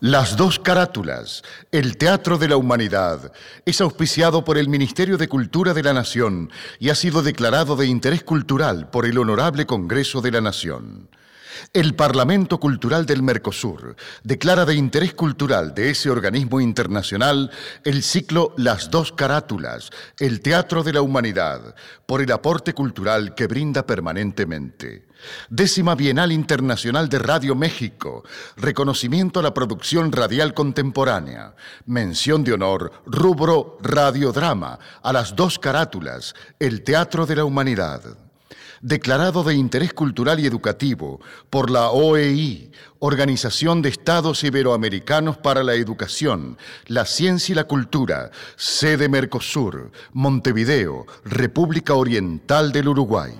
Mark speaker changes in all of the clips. Speaker 1: Las dos carátulas, el Teatro de la Humanidad, es auspiciado por el Ministerio de Cultura de la Nación y ha sido declarado de interés cultural por el Honorable Congreso de la Nación. El Parlamento Cultural del Mercosur declara de interés cultural de ese organismo internacional el ciclo Las dos carátulas, el Teatro de la Humanidad, por el aporte cultural que brinda permanentemente. Décima Bienal Internacional de Radio México, reconocimiento a la producción radial contemporánea, mención de honor, rubro radiodrama, a las dos carátulas, el Teatro de la Humanidad declarado de interés cultural y educativo por la OEI, Organización de Estados Iberoamericanos para la Educación, la Ciencia y la Cultura, sede Mercosur, Montevideo, República Oriental del Uruguay.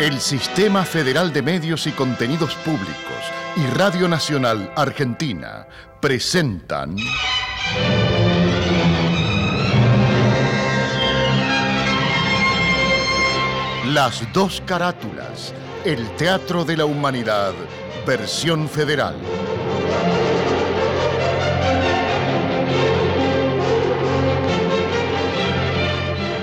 Speaker 1: El Sistema Federal de Medios y Contenidos Públicos y Radio Nacional Argentina presentan Las dos carátulas, el Teatro de la Humanidad, versión federal.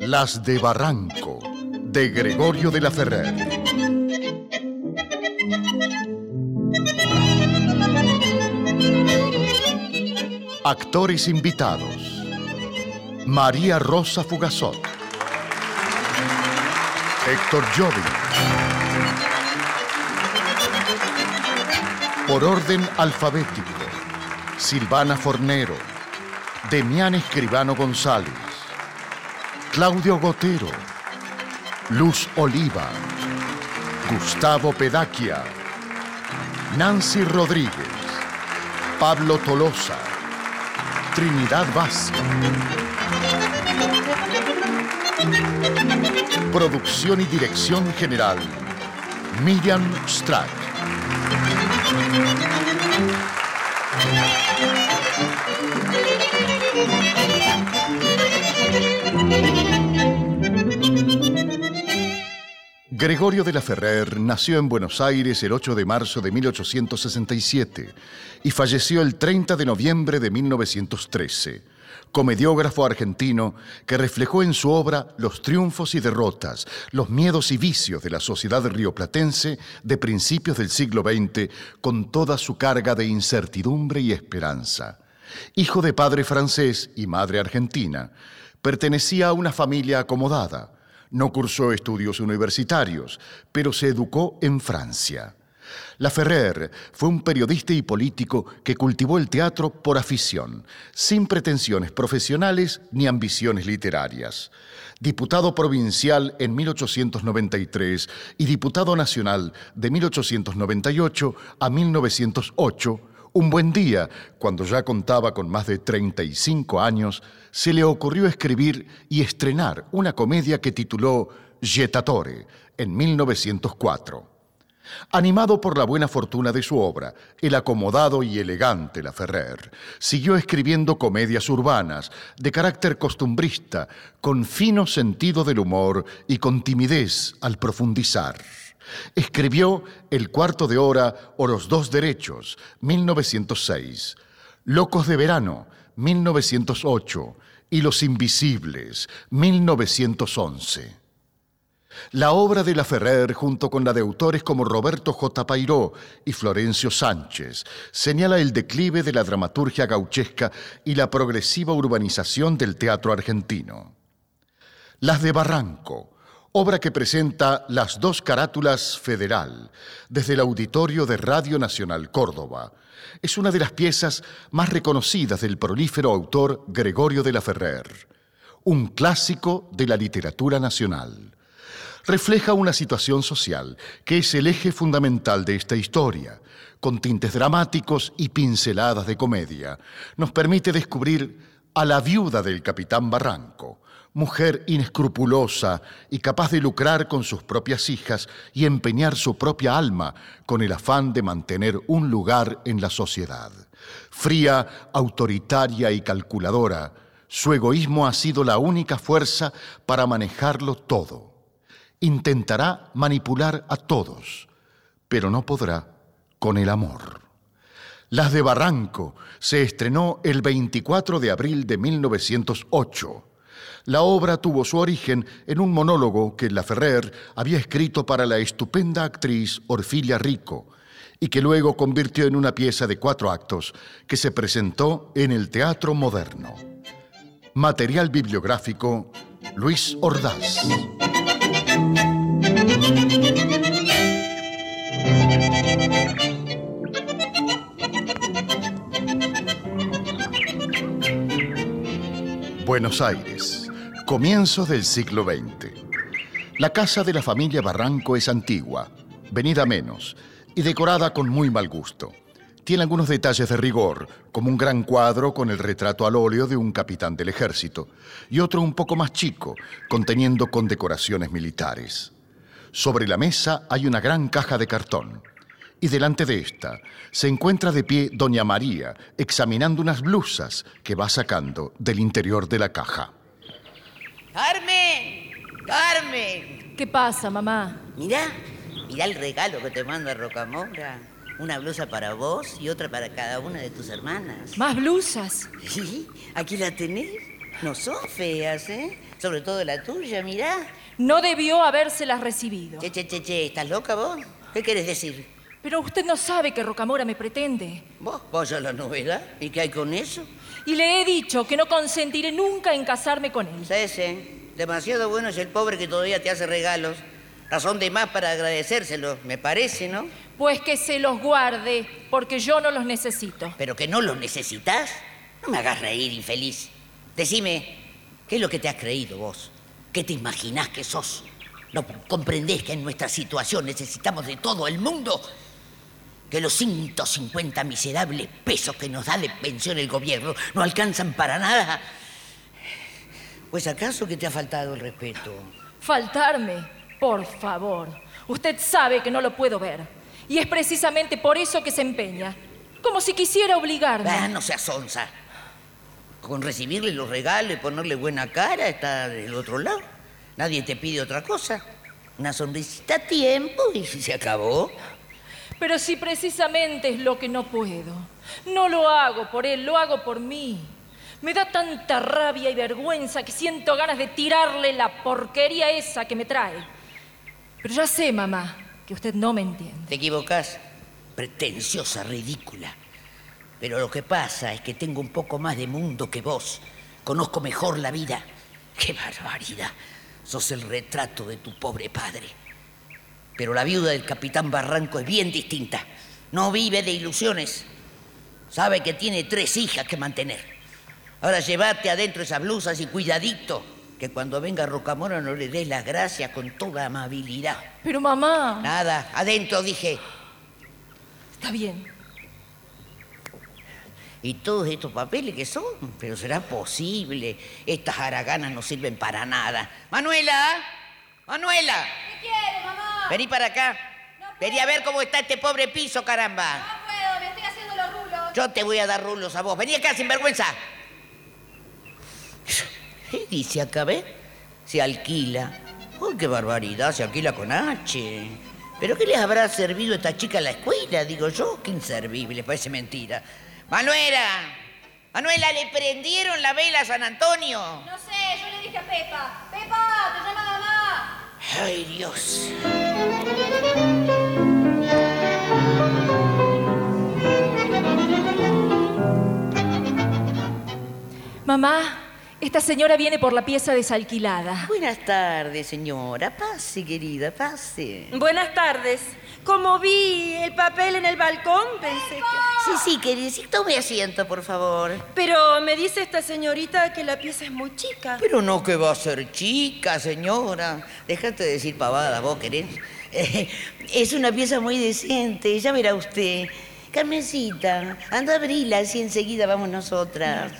Speaker 1: Las de Barranco, de Gregorio de la Ferrer. Actores invitados. María Rosa Fugazot. Héctor Jovin. Por orden alfabético. Silvana Fornero. Demián Escribano González. Claudio Gotero. Luz Oliva. Gustavo Pedaquia. Nancy Rodríguez. Pablo Tolosa. Trinidad Vázquez. Producción y dirección general. Miriam Strack. Gregorio de la Ferrer nació en Buenos Aires el 8 de marzo de 1867 y falleció el 30 de noviembre de 1913. Comediógrafo argentino que reflejó en su obra los triunfos y derrotas, los miedos y vicios de la sociedad rioplatense de principios del siglo XX con toda su carga de incertidumbre y esperanza. Hijo de padre francés y madre argentina, pertenecía a una familia acomodada. No cursó estudios universitarios, pero se educó en Francia. La Ferrer fue un periodista y político que cultivó el teatro por afición, sin pretensiones profesionales ni ambiciones literarias. Diputado provincial en 1893 y diputado nacional de 1898 a 1908, un buen día, cuando ya contaba con más de 35 años, se le ocurrió escribir y estrenar una comedia que tituló Jetatore en 1904. Animado por la buena fortuna de su obra, el acomodado y elegante La Ferrer siguió escribiendo comedias urbanas de carácter costumbrista, con fino sentido del humor y con timidez al profundizar. Escribió El cuarto de hora o los dos derechos, 1906, Locos de verano, 1908 y Los invisibles, 1911. La obra de La Ferrer, junto con la de autores como Roberto J. Pairó y Florencio Sánchez, señala el declive de la dramaturgia gauchesca y la progresiva urbanización del teatro argentino. Las de Barranco, obra que presenta las dos carátulas Federal desde el auditorio de Radio Nacional Córdoba. Es una de las piezas más reconocidas del prolífero autor Gregorio de la Ferrer, un clásico de la literatura nacional. Refleja una situación social que es el eje fundamental de esta historia, con tintes dramáticos y pinceladas de comedia. Nos permite descubrir a la viuda del capitán Barranco, mujer inescrupulosa y capaz de lucrar con sus propias hijas y empeñar su propia alma con el afán de mantener un lugar en la sociedad. Fría, autoritaria y calculadora, su egoísmo ha sido la única fuerza para manejarlo todo. Intentará manipular a todos, pero no podrá con el amor. Las de Barranco se estrenó el 24 de abril de 1908. La obra tuvo su origen en un monólogo que Laferrer había escrito para la estupenda actriz Orfilia Rico y que luego convirtió en una pieza de cuatro actos que se presentó en el Teatro Moderno. Material bibliográfico Luis Ordaz. Buenos Aires, comienzos del siglo XX. La casa de la familia Barranco es antigua, venida menos, y decorada con muy mal gusto. Tiene algunos detalles de rigor, como un gran cuadro con el retrato al óleo de un capitán del ejército, y otro un poco más chico, conteniendo condecoraciones militares. Sobre la mesa hay una gran caja de cartón y delante de esta se encuentra de pie Doña María examinando unas blusas que va sacando del interior de la caja.
Speaker 2: Carmen, Carmen,
Speaker 3: ¿Qué pasa, mamá?
Speaker 2: mirá, mirá el regalo que te manda Rocamora. Una blusa para vos y otra para cada una de tus hermanas.
Speaker 3: ¿Más blusas?
Speaker 2: Sí, aquí la tenés. No son feas, ¿eh? Sobre todo la tuya, mirá.
Speaker 3: No debió habérselas recibido.
Speaker 2: Che, che, che, che, ¿estás loca vos? ¿Qué querés decir?
Speaker 3: Pero usted no sabe que Rocamora me pretende.
Speaker 2: ¿Vos? Vaya la novedad. ¿Y qué hay con eso?
Speaker 3: Y le he dicho que no consentiré nunca en casarme con él.
Speaker 2: Cese. eh? Demasiado bueno es el pobre que todavía te hace regalos. Razón de más para agradecérselo, me parece, ¿no?
Speaker 3: Pues que se los guarde, porque yo no los necesito.
Speaker 2: ¿Pero que no los necesitas? No me hagas reír, infeliz. Decime, ¿qué es lo que te has creído vos? ¿Qué te imaginás que sos? ¿No comprendés que en nuestra situación necesitamos de todo el mundo? ¿Que los 150 miserables pesos que nos da de pensión el gobierno no alcanzan para nada? Pues acaso que te ha faltado el respeto.
Speaker 3: Faltarme, por favor. Usted sabe que no lo puedo ver. Y es precisamente por eso que se empeña. Como si quisiera
Speaker 2: Ah,
Speaker 3: obligarme.
Speaker 2: no seas onza. Con recibirle los regalos y ponerle buena cara está del otro lado. Nadie te pide otra cosa. Una sonrisita a tiempo y se acabó.
Speaker 3: Pero si precisamente es lo que no puedo. No lo hago por él, lo hago por mí. Me da tanta rabia y vergüenza que siento ganas de tirarle la porquería esa que me trae. Pero ya sé, mamá, que usted no me entiende.
Speaker 2: Te equivocas. Pretenciosa, ridícula. Pero lo que pasa es que tengo un poco más de mundo que vos. Conozco mejor la vida. ¡Qué barbaridad! Sos el retrato de tu pobre padre. Pero la viuda del capitán Barranco es bien distinta. No vive de ilusiones. Sabe que tiene tres hijas que mantener. Ahora llévate adentro esas blusas y cuidadito, que cuando venga Rocamora no le des las gracias con toda amabilidad.
Speaker 3: Pero mamá...
Speaker 2: Nada, adentro dije.
Speaker 3: Está bien.
Speaker 2: ¿Y todos estos papeles que son? Pero será posible. Estas haraganas no sirven para nada. Manuela, Manuela,
Speaker 4: ¿Qué quiere, mamá?
Speaker 2: vení para acá. Vení a ver cómo está este pobre piso, caramba.
Speaker 4: No puedo, me estoy haciendo los rulos.
Speaker 2: Yo te voy a dar rulos a vos. Vení acá, sinvergüenza. ¿Qué dice acá, ve? Se alquila. Uy, qué barbaridad, se alquila con H. ¿Pero qué les habrá servido a esta chica a la escuela? Digo yo, qué inservible, parece mentira. Manuela, Manuela, le prendieron la vela a San Antonio.
Speaker 4: No sé, yo le dije a Pepa. Pepa, te llama mamá.
Speaker 2: Ay, Dios.
Speaker 3: Mamá, es Esta señora viene por la pieza desalquilada.
Speaker 2: Buenas tardes, señora. Pase, querida, pase.
Speaker 5: Buenas tardes. Como vi el papel en el balcón, pensé que...
Speaker 2: Sí, sí, querida. Sí, tome asiento, por favor.
Speaker 5: Pero me dice esta señorita que la pieza es muy chica.
Speaker 2: Pero no que va a ser chica, señora. Dejate de decir pavada, vos querés. Eh, es una pieza muy decente, ya verá usted. Carmencita, anda a abrirla, así enseguida vamos nosotras.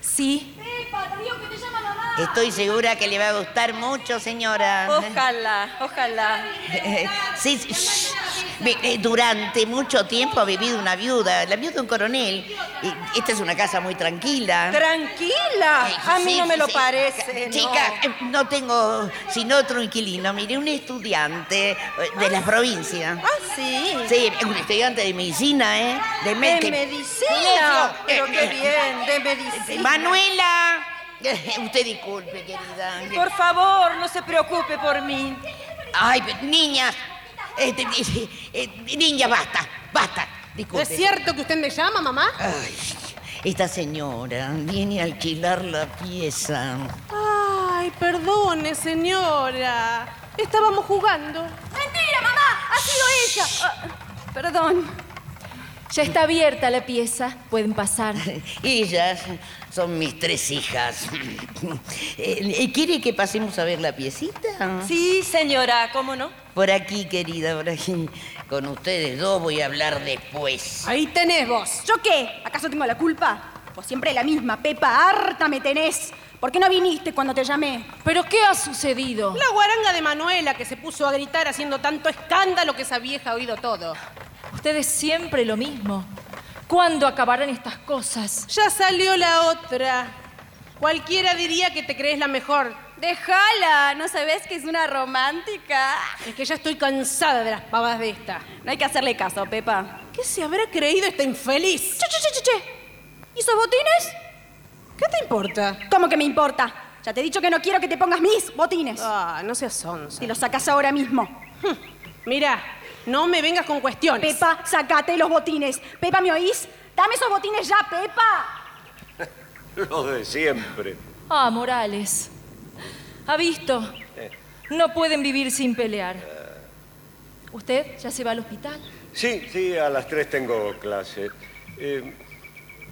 Speaker 3: Sí,
Speaker 6: Pepa, te digo que te llama mamá.
Speaker 2: Estoy segura que le va a gustar mucho, señora.
Speaker 5: Ojalá, ojalá.
Speaker 2: Eh, sí, sí, shh. Ve- eh, durante mucho tiempo ha vivido una viuda, la viuda de un coronel. Eh, Esta es una casa muy tranquila.
Speaker 5: Tranquila,
Speaker 2: Eh,
Speaker 5: a mí
Speaker 2: sí,
Speaker 5: no me
Speaker 2: sí,
Speaker 5: lo
Speaker 2: sí.
Speaker 5: parece. no.
Speaker 2: Chica, eh, no tengo sino otro inquilino. Mire, un estudiante eh, de la provincia.
Speaker 5: Ah, sí.
Speaker 2: Sí, es un estudiante de medicina, ¿eh? De, med-
Speaker 5: De
Speaker 2: que-
Speaker 5: medicina.
Speaker 2: Colegio.
Speaker 5: Pero
Speaker 2: Eh,
Speaker 5: qué
Speaker 2: eh,
Speaker 5: bien, de
Speaker 2: eh,
Speaker 5: medicina.
Speaker 2: Manuela. Usted disculpe, querida.
Speaker 5: Por favor, no se preocupe por mí.
Speaker 2: Ay, pe- niñas. Este, eh, eh, niña, basta, basta.
Speaker 7: ¿No
Speaker 2: Disculpe.
Speaker 7: es cierto que usted me llama, mamá?
Speaker 2: Ay, esta señora viene a alquilar la pieza.
Speaker 7: Ay, perdone, señora. Estábamos jugando.
Speaker 6: ¡Mentira, mamá! ¡Ha sido ella!
Speaker 7: ah, Perdón.
Speaker 3: ya está abierta la pieza. Pueden pasar.
Speaker 2: Ellas son mis tres hijas. Eh, eh, ¿Quiere que pasemos a ver la piecita?
Speaker 5: Sí, señora, ¿cómo no?
Speaker 2: Por aquí, querida, por aquí. Con ustedes dos voy a hablar después.
Speaker 7: Ahí tenés vos.
Speaker 4: ¿Yo qué? ¿Acaso tengo la culpa? Pues siempre la misma, Pepa, harta me tenés. ¿Por qué no viniste cuando te llamé?
Speaker 3: ¿Pero qué ha sucedido?
Speaker 7: La guaranga de Manuela que se puso a gritar haciendo tanto escándalo que esa vieja ha oído todo.
Speaker 3: Ustedes siempre lo mismo. ¿Cuándo acabarán estas cosas?
Speaker 7: Ya salió la otra. Cualquiera diría que te crees la mejor.
Speaker 4: Déjala, ¿no sabes que es una romántica?
Speaker 7: Es que ya estoy cansada de las pavadas de esta.
Speaker 4: No hay que hacerle caso, Pepa.
Speaker 7: ¿Qué se habrá creído esta infeliz?
Speaker 4: Che, che, che, che, che. ¿Y esos botines?
Speaker 7: ¿Qué te importa?
Speaker 4: ¿Cómo que me importa? Ya te he dicho que no quiero que te pongas mis botines.
Speaker 7: Ah, no seas sonsa.
Speaker 4: Si los sacas ahora mismo.
Speaker 7: Mira, no me vengas con cuestiones.
Speaker 4: Pepa, sacate los botines. Pepa, ¿me oís? Dame esos botines ya, Pepa.
Speaker 8: Lo de siempre.
Speaker 3: Ah, Morales. ¿Ha visto? No pueden vivir sin pelear. ¿Usted ya se va al hospital?
Speaker 8: Sí, sí, a las tres tengo clase. Eh,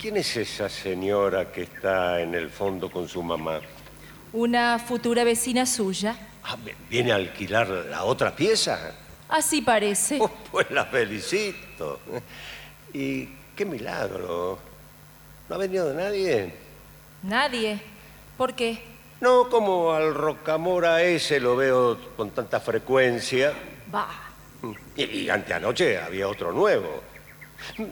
Speaker 8: ¿Quién es esa señora que está en el fondo con su mamá?
Speaker 3: Una futura vecina suya.
Speaker 8: Ah, ¿ve- ¿Viene a alquilar la otra pieza?
Speaker 3: Así parece.
Speaker 8: Oh, pues la felicito. Y qué milagro. ¿No ha venido nadie?
Speaker 3: Nadie. ¿Por qué?
Speaker 8: No, como al rocamora ese lo veo con tanta frecuencia.
Speaker 3: Va.
Speaker 8: Y, y anteanoche había otro nuevo.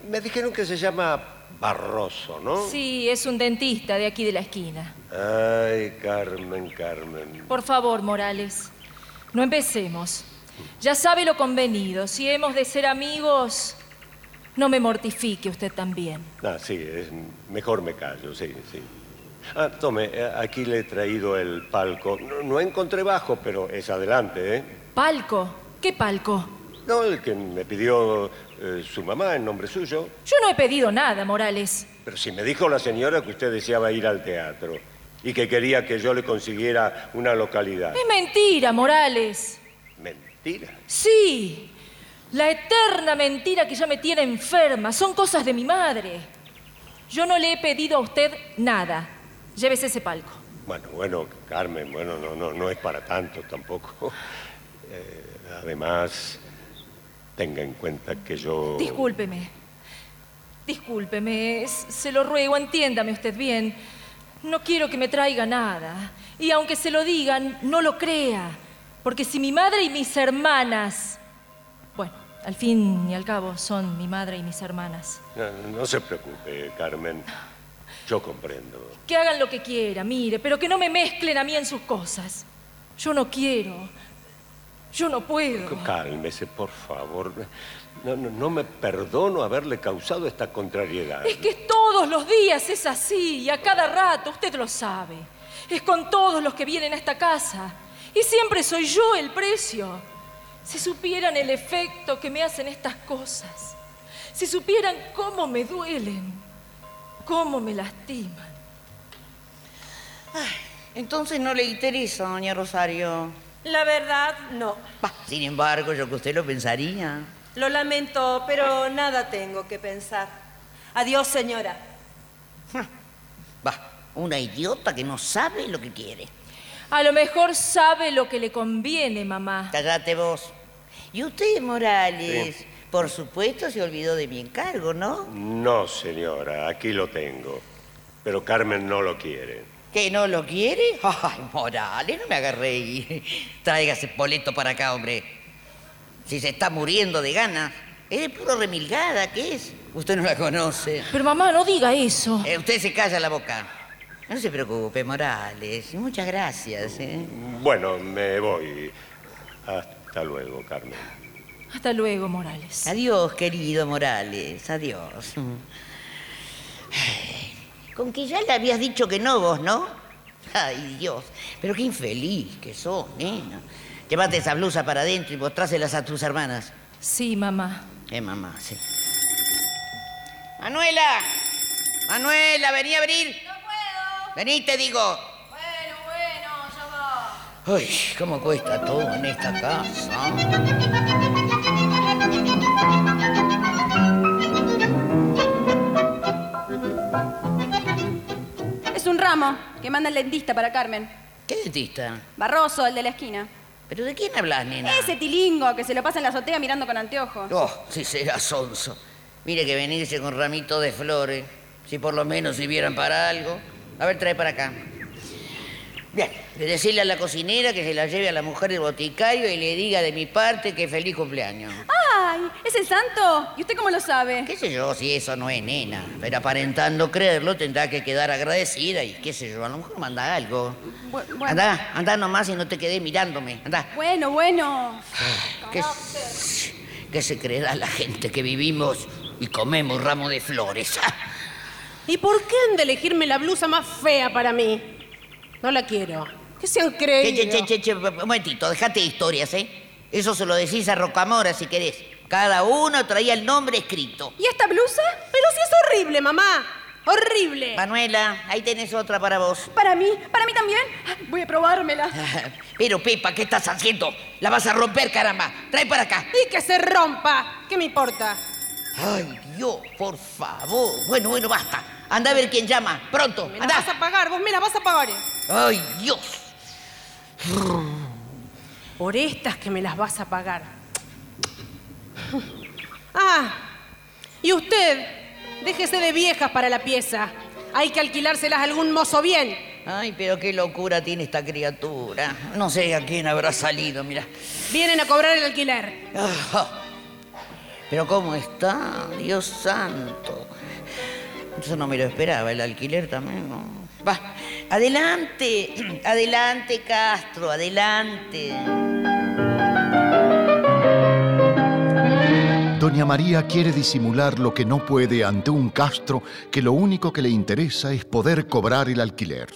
Speaker 8: Me dijeron que se llama Barroso, ¿no?
Speaker 3: Sí, es un dentista de aquí de la esquina.
Speaker 8: Ay, Carmen, Carmen.
Speaker 3: Por favor, Morales, no empecemos. Ya sabe lo convenido. Si hemos de ser amigos, no me mortifique usted también.
Speaker 8: Ah, sí, es- mejor me callo, sí, sí. Ah, tome, eh, aquí le he traído el palco. No, no encontré bajo, pero es adelante, ¿eh?
Speaker 3: Palco, ¿qué palco?
Speaker 8: No, el que me pidió eh, su mamá en nombre suyo.
Speaker 3: Yo no he pedido nada, Morales.
Speaker 8: Pero si me dijo la señora que usted deseaba ir al teatro y que quería que yo le consiguiera una localidad.
Speaker 3: Es mentira, Morales.
Speaker 8: Mentira.
Speaker 3: Sí, la eterna mentira que ya me tiene enferma. Son cosas de mi madre. Yo no le he pedido a usted nada. Llévese ese palco.
Speaker 8: Bueno, bueno, Carmen, bueno, no, no, no es para tanto tampoco. Eh, además, tenga en cuenta que yo.
Speaker 3: Discúlpeme. Discúlpeme, s- se lo ruego, entiéndame usted bien. No quiero que me traiga nada. Y aunque se lo digan, no lo crea. Porque si mi madre y mis hermanas... Bueno, al fin y al cabo son mi madre y mis hermanas.
Speaker 8: No, no se preocupe, Carmen. Yo comprendo.
Speaker 3: Que hagan lo que quiera, mire, pero que no me mezclen a mí en sus cosas. Yo no quiero. Yo no puedo.
Speaker 8: Cálmese, por favor. No, no, no me perdono haberle causado esta contrariedad.
Speaker 3: Es que todos los días es así, y a cada rato, usted lo sabe. Es con todos los que vienen a esta casa. Y siempre soy yo el precio. Si supieran el efecto que me hacen estas cosas, si supieran cómo me duelen, cómo me lastiman.
Speaker 9: Entonces no le interesa, doña Rosario.
Speaker 10: La verdad, no.
Speaker 2: Sin embargo, yo que usted lo pensaría.
Speaker 10: Lo lamento, pero nada tengo que pensar. Adiós, señora.
Speaker 2: Va, una idiota que no sabe lo que quiere.
Speaker 3: A lo mejor sabe lo que le conviene, mamá.
Speaker 9: Callate vos. Y usted, Morales, por supuesto se olvidó de mi encargo, ¿no?
Speaker 8: No, señora, aquí lo tengo. Pero Carmen no lo quiere.
Speaker 9: ¿Que no lo quiere?
Speaker 2: Ay, Morales, no me haga reír. Tráigase Poleto para acá, hombre. Si se está muriendo de ganas. Es de puro remilgada, ¿qué es? Usted no la conoce.
Speaker 3: Pero mamá, no diga eso.
Speaker 2: Eh, usted se calla la boca. No se preocupe, Morales. Muchas gracias. ¿eh?
Speaker 8: Bueno, me voy. Hasta luego, Carmen.
Speaker 3: Hasta luego, Morales.
Speaker 2: Adiós, querido Morales. Adiós. Ay, Con que ya le habías dicho que no vos, ¿no? Ay, Dios. Pero qué infeliz que sos, nena. Llévate esa blusa para adentro y mostráselas a tus hermanas.
Speaker 3: Sí, mamá.
Speaker 2: Eh, mamá, sí.
Speaker 9: Manuela, Manuela, vení a abrir.
Speaker 11: ¡No puedo!
Speaker 2: Vení, te digo.
Speaker 11: Bueno, bueno, ya va.
Speaker 2: Uy, cómo cuesta todo en esta casa.
Speaker 4: Es un ramo que manda el dentista para Carmen.
Speaker 2: ¿Qué dentista?
Speaker 4: Barroso, el de la esquina.
Speaker 2: ¿Pero de quién hablas, nena?
Speaker 4: Ese tilingo que se lo pasa en la azotea mirando con anteojos.
Speaker 2: Oh, si será sonso. Mire que venirse con ramito de flores. Si por lo menos sirvieran para algo. A ver, trae para acá. Bien, decirle a la cocinera que se la lleve a la mujer del boticario y le diga de mi parte que feliz cumpleaños.
Speaker 4: ¡Ay! ¿Es el santo? ¿Y usted cómo lo sabe?
Speaker 2: ¿Qué sé yo si eso no es nena? Pero aparentando creerlo tendrá que quedar agradecida y qué sé yo, a lo mejor manda algo.
Speaker 4: Bu- bueno.
Speaker 2: Andá, andá nomás y no te quedé mirándome. Andá.
Speaker 4: Bueno, bueno.
Speaker 2: ¿Qué, qué se creerá la gente que vivimos y comemos ramo de flores?
Speaker 7: ¿Y por qué han de elegirme la blusa más fea para mí? No la quiero. ¿Qué se han
Speaker 2: Che, che,
Speaker 7: creído?
Speaker 2: che, che, che, un momentito, dejate de historias, ¿eh? Eso se lo decís a Rocamora si querés. Cada uno traía el nombre escrito.
Speaker 10: ¿Y esta blusa?
Speaker 7: Pero si es horrible, mamá. Horrible.
Speaker 2: Manuela, ahí tenés otra para vos.
Speaker 4: ¿Para mí? ¿Para mí también? Ah, Voy a probármela.
Speaker 2: Pero Pepa, ¿qué estás haciendo? La vas a romper, caramba. Trae para acá.
Speaker 7: Y que se rompa. ¿Qué me importa?
Speaker 2: Ay, Dios, por favor. Bueno, bueno, basta. Anda a ver quién llama. Pronto,
Speaker 7: Me la vas
Speaker 2: anda.
Speaker 7: a pagar, vos me la vas a pagar.
Speaker 2: Ay, Dios.
Speaker 7: Por estas que me las vas a pagar. Ah, y usted, déjese de viejas para la pieza. Hay que alquilárselas a algún mozo bien.
Speaker 2: Ay, pero qué locura tiene esta criatura. No sé a quién habrá salido, mira.
Speaker 7: Vienen a cobrar el alquiler.
Speaker 2: Ah, Pero cómo está, Dios santo. Eso no me lo esperaba, el alquiler también. ¿no? Va, adelante, adelante Castro, adelante.
Speaker 1: Doña María quiere disimular lo que no puede ante un Castro que lo único que le interesa es poder cobrar el alquiler.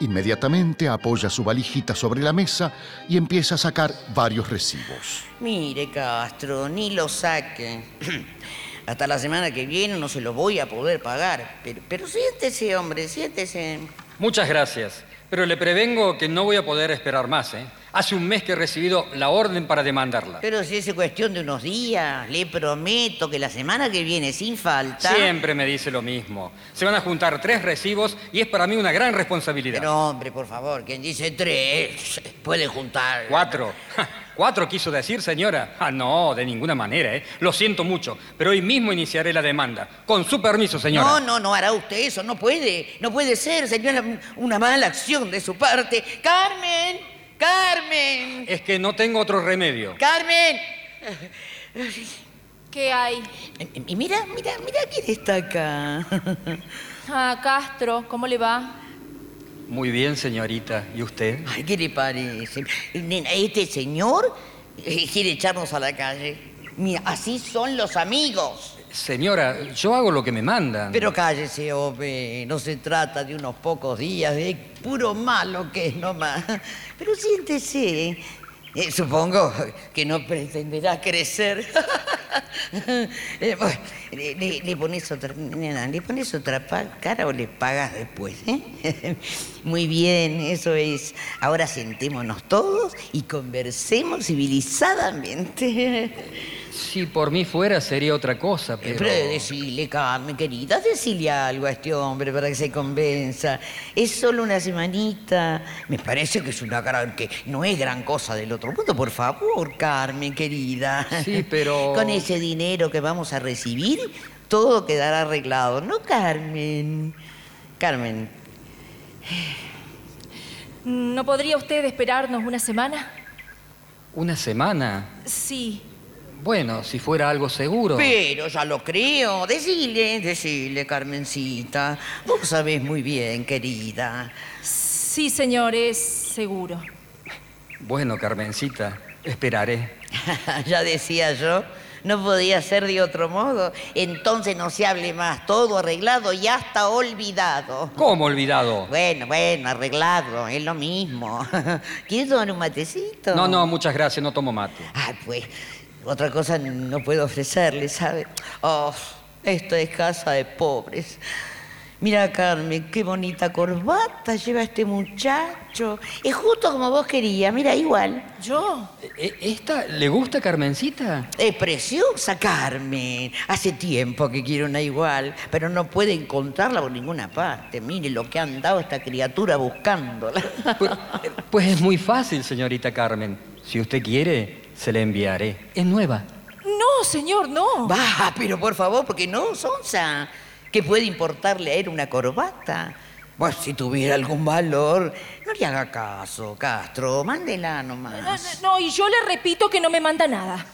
Speaker 1: Inmediatamente apoya su valijita sobre la mesa y empieza a sacar varios recibos.
Speaker 2: Mire Castro, ni lo saque. Hasta la semana que viene no se lo voy a poder pagar. Pero, pero siéntese, hombre, siéntese.
Speaker 12: Muchas gracias, pero le prevengo que no voy a poder esperar más. ¿eh? Hace un mes que he recibido la orden para demandarla.
Speaker 2: Pero si es cuestión de unos días, le prometo que la semana que viene, sin falta...
Speaker 12: Siempre me dice lo mismo. Se van a juntar tres recibos y es para mí una gran responsabilidad.
Speaker 2: Pero hombre, por favor, quien dice tres puede juntar.
Speaker 12: Cuatro. Ja, Cuatro quiso decir, señora. Ah, no, de ninguna manera, ¿eh? Lo siento mucho, pero hoy mismo iniciaré la demanda. Con su permiso, señora.
Speaker 2: No, no, no hará usted eso, no puede, no puede ser, señora, una mala acción de su parte. Carmen, Carmen,
Speaker 12: Es que no tengo otro remedio.
Speaker 2: Carmen.
Speaker 3: ¿Qué hay?
Speaker 2: Y- Y mira, mira, mira quién está acá.
Speaker 3: Ah, Castro, ¿cómo le va?
Speaker 12: Muy bien, señorita. ¿Y usted?
Speaker 2: Ay, ¿qué le parece? Nena, este señor eh, quiere echarnos a la calle. Mira, así son los amigos.
Speaker 12: Señora, yo hago lo que me mandan.
Speaker 2: Pero cállese, hombre, no se trata de unos pocos días, de puro malo que es nomás. Pero siéntese, Eh, supongo que no pretenderá crecer. Eh, bueno, le, le- le pones otra, nena, le pones otra pa- cara o le pagas después. ¿eh? Muy bien, eso es. Ahora sentémonos todos y conversemos civilizadamente.
Speaker 12: Si por mí fuera sería otra cosa,
Speaker 2: Eh,
Speaker 12: pero...
Speaker 2: Pero decile, Carmen, querida, decile algo a este hombre para que se convenza. Es solo una semanita. Me parece que es una gran... que no es gran cosa del otro mundo. Por favor, Carmen, querida.
Speaker 12: Sí, pero-
Speaker 2: Con ese dinero que vamos a recibir, todo quedará arreglado, ¿no, Carmen? Carmen,
Speaker 3: ¿No podría usted esperarnos una semana?
Speaker 12: Una semana.
Speaker 3: Sí.
Speaker 12: Bueno, si fuera algo seguro.
Speaker 2: Pero ya lo creo. Decile, decile, Carmencita. Vos sabés muy bien, querida.
Speaker 3: Sí, señores, seguro.
Speaker 12: Bueno, Carmencita, esperaré.
Speaker 2: ya decía yo, no podía ser de otro modo. Entonces no se hable más, todo arreglado y hasta olvidado.
Speaker 12: ¿Cómo olvidado?
Speaker 2: Bueno, bueno, arreglado, es lo mismo. ¿Quieres tomar un matecito?
Speaker 12: No, no, muchas gracias, no tomo mate.
Speaker 2: Ah, pues, otra cosa no puedo ofrecerle, ¿sabe? Oh, esto es casa de pobres. Mira, Carmen, qué bonita corbata lleva este muchacho. Es justo como vos querías, mira, igual. E,
Speaker 3: ¿Yo?
Speaker 12: ¿Esta le gusta Carmencita?
Speaker 2: Es preciosa, Carmen. Hace tiempo que quiero una igual, pero no puede encontrarla por ninguna parte. Mire lo que ha andado esta criatura buscándola.
Speaker 12: Pues es muy fácil, señorita Carmen. Si usted quiere, se la enviaré. Es nueva.
Speaker 2: No, señor, no. Va, pero por favor, porque no, Sonsa. ¿Qué puede importarle a él una corbata? Pues si tuviera algún valor. No le haga caso, Castro. Mándela
Speaker 3: No,
Speaker 2: nomás.
Speaker 3: no, no, y yo le repito que no me manda nada.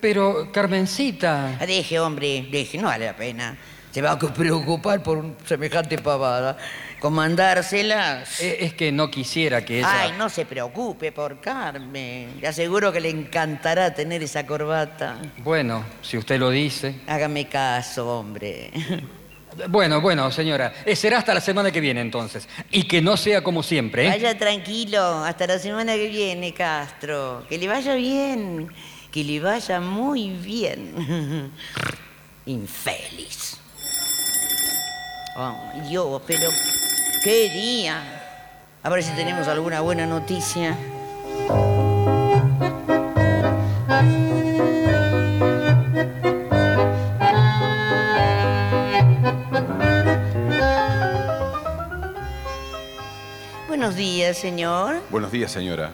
Speaker 12: Pero, Carmencita.
Speaker 2: Deje, hombre, deje, no vale la pena. Se va a preocupar por un semejante pavada. Comandársela.
Speaker 12: E-, Es que no quisiera que ella...
Speaker 2: Ay, no se preocupe por Carmen. Le aseguro que le encantará tener esa corbata.
Speaker 12: Bueno, si usted lo dice.
Speaker 2: Hágame caso, hombre.
Speaker 12: Bueno, bueno, señora. Eh, Será hasta la semana que viene entonces. Y que no sea como siempre, ¿eh?
Speaker 2: Vaya tranquilo, hasta la semana que viene, Castro. Que le vaya bien, que le vaya muy bien. Infeliz. Ay, Dios, pero qué día. A ver si tenemos alguna buena noticia. Buenos días, señor.
Speaker 13: Buenos días, señora.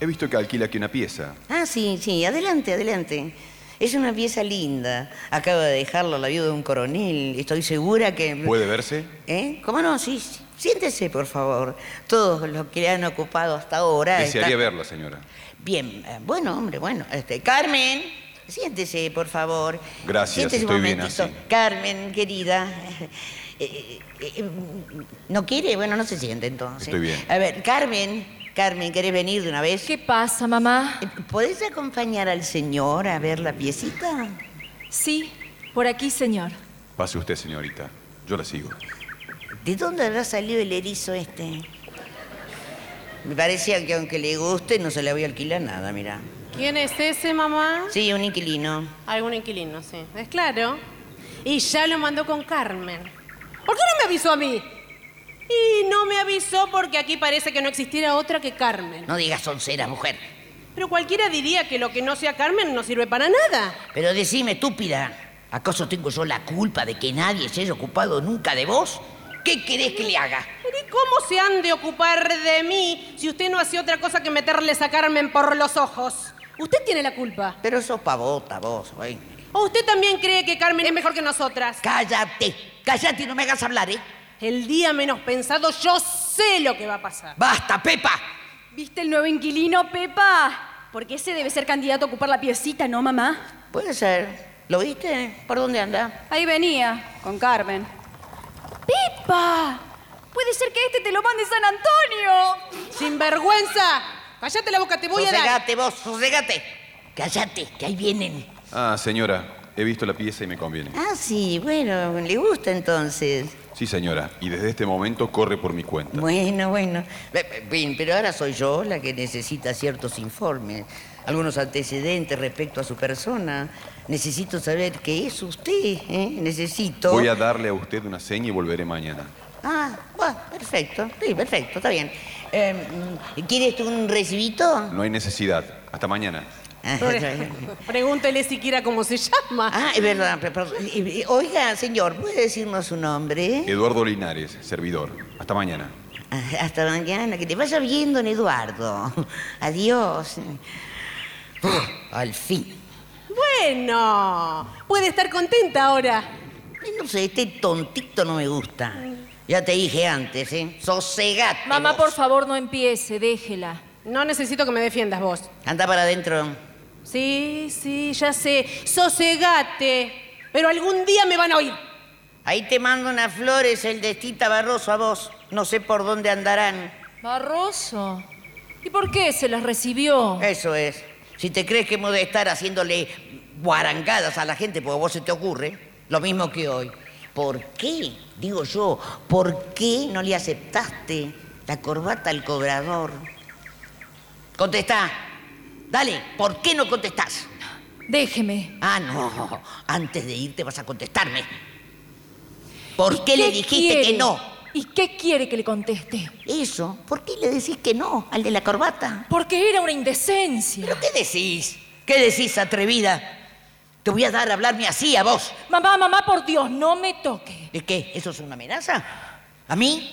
Speaker 13: He visto que alquila aquí una pieza.
Speaker 2: Ah, sí, sí, adelante, adelante. Es una pieza linda. Acaba de dejarla la viuda de un coronel. Estoy segura que...
Speaker 13: ¿Puede verse?
Speaker 2: ¿Eh? ¿Cómo no? Sí, sí. siéntese, por favor. Todos los que le han ocupado hasta ahora.
Speaker 13: Desearía
Speaker 2: están-
Speaker 13: verla, señora.
Speaker 2: Bien, eh, bueno, hombre, bueno. Este, Carmen, siéntese, por favor.
Speaker 13: Gracias,
Speaker 2: Siéntese
Speaker 13: estoy bien así.
Speaker 2: Carmen, querida. Eh, eh, eh, ¿No quiere? Bueno, no se siente entonces.
Speaker 13: Estoy bien.
Speaker 2: A ver, Carmen, Carmen, ¿querés venir de una vez? ¿Qué pasa, mamá? ¿Podés acompañar al señor a ver la piecita?
Speaker 3: Sí, por aquí, señor.
Speaker 13: Pase usted, señorita. Yo la sigo.
Speaker 2: ¿De dónde habrá salido el erizo este? Me parecía que aunque le guste, no se le voy a alquilar nada, mirá.
Speaker 7: ¿Quién es ese, mamá?
Speaker 2: Sí, un inquilino.
Speaker 7: Algún inquilino, sí. Es claro. Y ya lo mandó con Carmen. ¿Por qué no me avisó a mí? Y no me avisó porque aquí parece que no existiera otra que Carmen.
Speaker 2: No digas sonceras, mujer.
Speaker 7: Pero cualquiera diría que lo que no sea Carmen no sirve para nada.
Speaker 2: Pero decime, estúpida, ¿acaso tengo yo la culpa de que nadie se haya ocupado nunca de vos? ¿Qué querés que le haga?
Speaker 7: Pero ¿y cómo se han de ocupar de mí si usted no hace otra cosa que meterles a Carmen por los ojos? Usted tiene la culpa.
Speaker 2: Pero sos pavota vos, güey.
Speaker 7: ¿O usted también cree que Carmen es mejor que nosotras?
Speaker 2: ¡Cállate! ¡Cállate y no me hagas hablar, eh!
Speaker 7: El día menos pensado yo sé lo que va a pasar.
Speaker 2: ¡Basta, Pepa!
Speaker 4: ¿Viste el nuevo inquilino, Pepa? Porque ese debe ser candidato a ocupar la piecita, ¿no, mamá?
Speaker 2: Puede ser. ¿Lo viste? ¿Por dónde anda?
Speaker 4: Ahí venía, con Carmen. ¡Pepa! Puede ser que este te lo mande San Antonio.
Speaker 7: Sin vergüenza. Cállate la boca, te voy a dar.
Speaker 2: Sosegate vos, sosegate. Cállate, que ahí vienen.
Speaker 13: Ah, señora, he visto la pieza y me conviene.
Speaker 2: Ah, sí, bueno, le gusta entonces.
Speaker 13: Sí, señora. Y desde este momento corre por mi cuenta.
Speaker 2: Bueno, bueno. Pe- pe- bien, Pero ahora soy yo la que necesita ciertos informes, algunos antecedentes respecto a su persona. Necesito saber qué es usted. ¿eh? Necesito.
Speaker 13: Voy a darle a usted una seña y volveré mañana.
Speaker 2: Ah, bueno, perfecto. Sí, perfecto, está bien. Eh, ¿Quieres tú un recibito?
Speaker 13: No hay necesidad. Hasta mañana.
Speaker 2: Ajá.
Speaker 7: Pregúntele siquiera cómo se llama.
Speaker 2: Ah, es verdad. pe- perdón. Eh, eh, Oiga, señor, ¿puede decirnos su nombre?
Speaker 13: Eduardo Linares, servidor. Hasta mañana.
Speaker 2: Ah, Hasta mañana. Que te vaya bien, don Eduardo. Adiós. Uf, al fin.
Speaker 7: Bueno, puede estar contenta ahora.
Speaker 2: No sé, este tontito no me gusta. Ya te dije antes, ¿eh? Sosegate.
Speaker 3: Mamá, por favor, no empiece, déjela.
Speaker 7: No necesito que me defiendas vos.
Speaker 2: Anda para adentro.
Speaker 7: Sí, sí, ya sé. Sosegate. Pero algún día me van a oír.
Speaker 2: Ahí te mando unas flores, el de Tita Barroso a vos. No sé por dónde andarán.
Speaker 3: Barroso. ¿Y por qué se las recibió?
Speaker 2: Eso es. Si te crees que hemos de estar haciéndole guarangadas a la gente, porque a vos se te ocurre, lo mismo que hoy. ¿Por qué? Digo yo, ¿por qué no le aceptaste la corbata al cobrador? Contestá. Dale, ¿por qué no contestás?
Speaker 3: Déjeme.
Speaker 2: Ah, no. Antes de irte vas a contestarme. ¿Por qué, le dijiste que
Speaker 3: quiere?
Speaker 2: no?
Speaker 3: ¿Y qué quiere que le conteste?
Speaker 2: Eso. ¿Por qué le decís que no al de la corbata?
Speaker 3: Porque era una indecencia.
Speaker 2: ¿Pero qué decís? ¿Qué decís, atrevida? Te voy a dar a hablarme así a vos.
Speaker 3: Mamá, mamá, por Dios, no me toque.
Speaker 2: ¿De qué? ¿Eso es una amenaza? ¿A mí?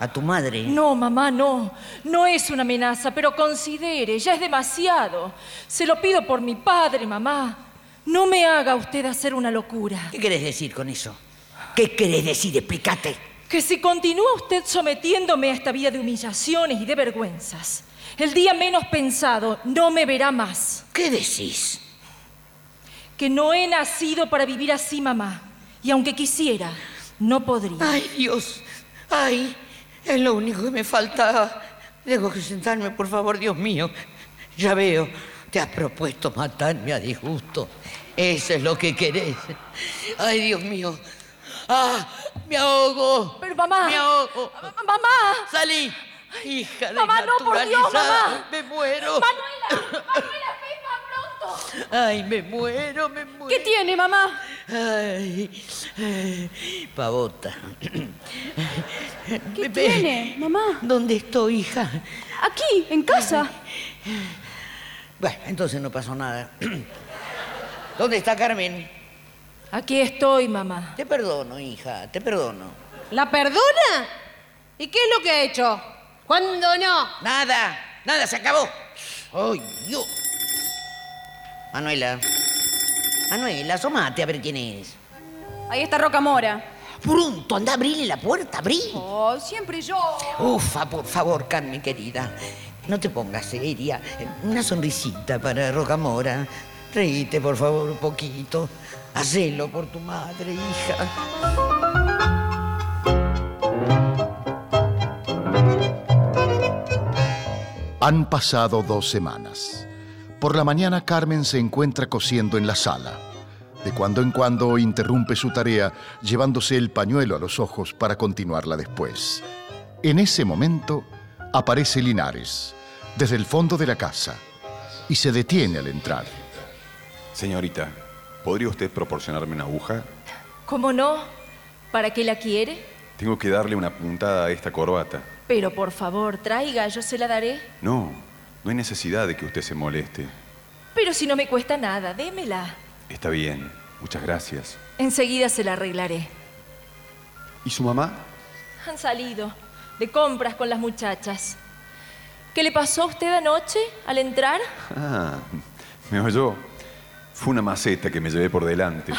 Speaker 2: ¿A tu madre?
Speaker 3: No, mamá, no. No es una amenaza, pero considere, ya es demasiado. Se lo pido por mi padre, mamá. No me haga usted hacer una locura.
Speaker 2: ¿Qué querés decir con eso? ¿Qué querés decir? Explícate.
Speaker 3: Que si continúa usted sometiéndome a esta vía de humillaciones y de vergüenzas, el día menos pensado no me verá más.
Speaker 2: ¿Qué decís?
Speaker 3: Que no he nacido para vivir así, mamá. Y aunque quisiera, no podría.
Speaker 2: Ay, Dios. Ay, es lo único que me faltaba. Tengo que sentarme, por favor, Dios mío. Ya veo, te has propuesto matarme a disgusto. Eso es lo que querés. Ay, Dios mío. Ah, me ahogo.
Speaker 3: Pero mamá.
Speaker 2: Me ahogo.
Speaker 3: Mamá.
Speaker 2: Salí. Hija de
Speaker 3: Mamá, no, por Dios,
Speaker 2: naturalizada.
Speaker 3: mamá.
Speaker 2: Me muero. Ay, me muero, me muero.
Speaker 3: ¿Qué tiene, mamá?
Speaker 2: Ay, eh, ay, pavota.
Speaker 4: ¿Qué tiene, mamá?
Speaker 2: ¿Dónde estoy, hija?
Speaker 4: Aquí, en casa.
Speaker 2: Bueno, entonces no pasó nada. ¿Dónde está Carmen?
Speaker 3: Aquí estoy, mamá.
Speaker 2: Te perdono, hija, te perdono.
Speaker 7: ¿La perdona? ¿Y qué es lo que ha hecho? ¿Cuándo no?
Speaker 2: Nada, nada, se acabó. ¡Ay, Dios! Manuela. Manuela, asomate a ver quién es.
Speaker 4: Ahí está Rocamora.
Speaker 2: Pronto, anda a abrirle la puerta, abrí.
Speaker 4: Oh, siempre yo.
Speaker 2: Ufa, por favor, Carmen querida. No te pongas seria. Una sonrisita para Rocamora. Reíte, por favor, un poquito. Hacelo por tu madre, hija.
Speaker 1: Han pasado dos semanas. Por la mañana Carmen se encuentra cosiendo en la sala. De cuando en cuando interrumpe su tarea llevándose el pañuelo a los ojos para continuarla después. En ese momento aparece Linares, desde el fondo de la casa, y se detiene al entrar.
Speaker 13: Señorita, ¿podría usted proporcionarme una aguja?
Speaker 3: ¿Cómo no? ¿Para qué la quiere?
Speaker 13: Tengo que darle una puntada a esta corbata.
Speaker 3: Pero por favor, traiga, yo se la daré.
Speaker 13: No, no hay necesidad de que usted se moleste.
Speaker 3: Pero si no me cuesta nada, démela.
Speaker 13: Está bien, muchas gracias.
Speaker 3: Enseguida se la arreglaré.
Speaker 13: ¿Y su mamá?
Speaker 3: Han salido de compras con las muchachas. ¿Qué le pasó a usted anoche al entrar?
Speaker 13: Ah, me oyó. Fue una maceta que me llevé por delante.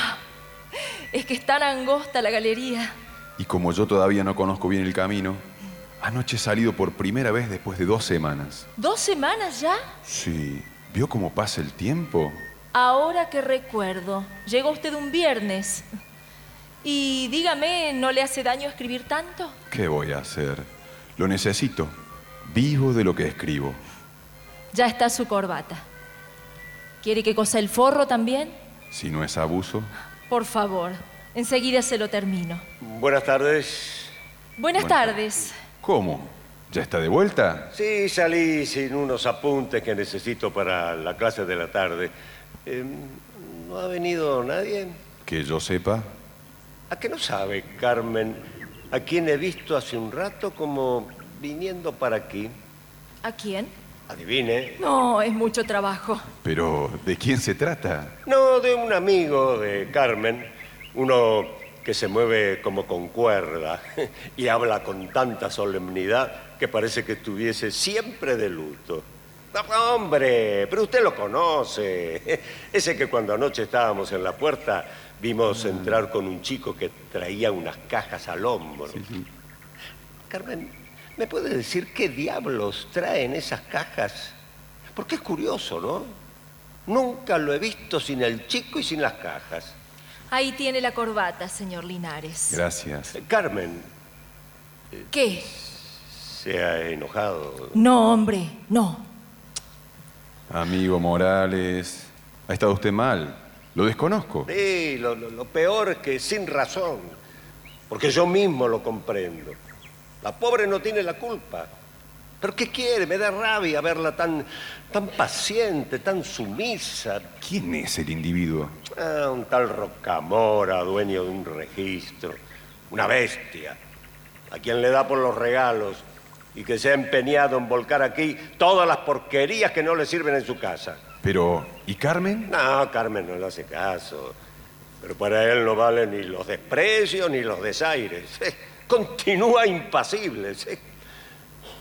Speaker 3: Es que es tan angosta la galería.
Speaker 13: Y como yo todavía no conozco bien el camino, anoche he salido por primera vez después de dos semanas.
Speaker 3: ¿Dos semanas ya?
Speaker 13: Sí, ¿vio cómo pasa el tiempo?
Speaker 3: Ahora que recuerdo, llegó usted un viernes. Y dígame, ¿no le hace daño escribir tanto?
Speaker 13: ¿Qué voy a hacer? Lo necesito. Vivo de lo que escribo.
Speaker 3: Ya está su corbata. ¿Quiere que cosa el forro también?
Speaker 13: Si no es abuso,
Speaker 3: Por favor, Enseguida se lo termino.
Speaker 8: Buenas tardes.
Speaker 3: Buenas tardes.
Speaker 13: ¿Cómo? ¿Ya está de vuelta?
Speaker 8: Sí, salí sin unos apuntes que necesito para la clase de la tarde. Eh, ¿No ha venido nadie?
Speaker 13: Que yo sepa.
Speaker 8: ¿A qué no sabe, Carmen? A quien he visto hace un rato como viniendo para aquí.
Speaker 3: ¿A quién?
Speaker 8: Adivine.
Speaker 3: No, es mucho trabajo.
Speaker 13: Pero, ¿de quién se trata?
Speaker 8: No, de un amigo de Carmen, uno que se mueve como con cuerda y habla con tanta solemnidad que parece que estuviese siempre de luto. No, hombre, pero usted lo conoce. Ese que cuando anoche estábamos en la puerta vimos entrar con un chico que traía unas cajas al hombro. Carmen, ¿me puede decir qué diablos traen esas cajas? Porque es curioso, ¿no? Nunca lo he visto sin el chico y sin las cajas.
Speaker 3: Ahí tiene la corbata, señor Linares.
Speaker 13: Gracias.
Speaker 8: Eh, Carmen,
Speaker 3: ¿Qué?
Speaker 8: se ha enojado.
Speaker 3: No, hombre, no.
Speaker 13: Amigo Morales, ha estado usted mal. Lo desconozco.
Speaker 8: Sí, lo, lo- lo peor es que sin razón, porque yo mismo lo comprendo. La pobre no tiene la culpa. ¿Pero qué quiere? Me da rabia verla tan, tan paciente, tan sumisa.
Speaker 13: ¿Quién es el individuo?
Speaker 8: Ah, un tal Rocamora, dueño de un registro. Una bestia. A quien le da por los regalos y que se ha empeñado en volcar aquí todas las porquerías que no le sirven en su casa.
Speaker 13: Pero, ¿y Carmen?
Speaker 8: No, Carmen no le hace caso. Pero para él no valen ni los desprecios ni los desaires. Eh, Continúa impasible. sí.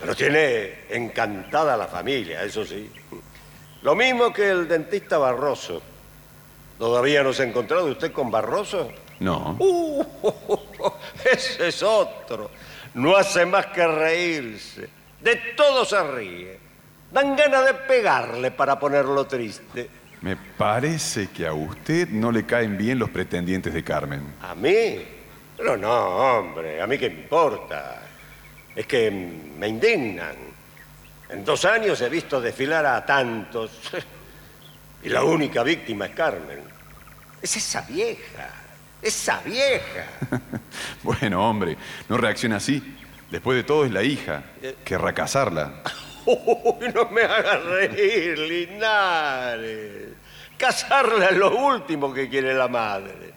Speaker 8: Pero tiene encantada la familia, eso sí. Lo mismo que el dentista Barroso. ¿Todavía no se ha encontrado usted con Barroso?
Speaker 13: No.
Speaker 8: Uh, ese es otro. No hace más que reírse. De todo se ríe. Dan ganas de pegarle para ponerlo triste.
Speaker 13: Me parece que a usted no le caen bien los pretendientes de Carmen.
Speaker 8: ¿A mí? Pero no, hombre, a mí qué me importa. Es que mm, me indignan. En dos años he visto desfilar a tantos. Y la única víctima es Carmen. Es esa vieja. Esa vieja.
Speaker 13: Bueno, hombre, no reacciona así. Después de todo es la hija. Querrá casarla.
Speaker 8: Uy, no me hagas reír, Linares. Casarla es lo último que quiere la madre.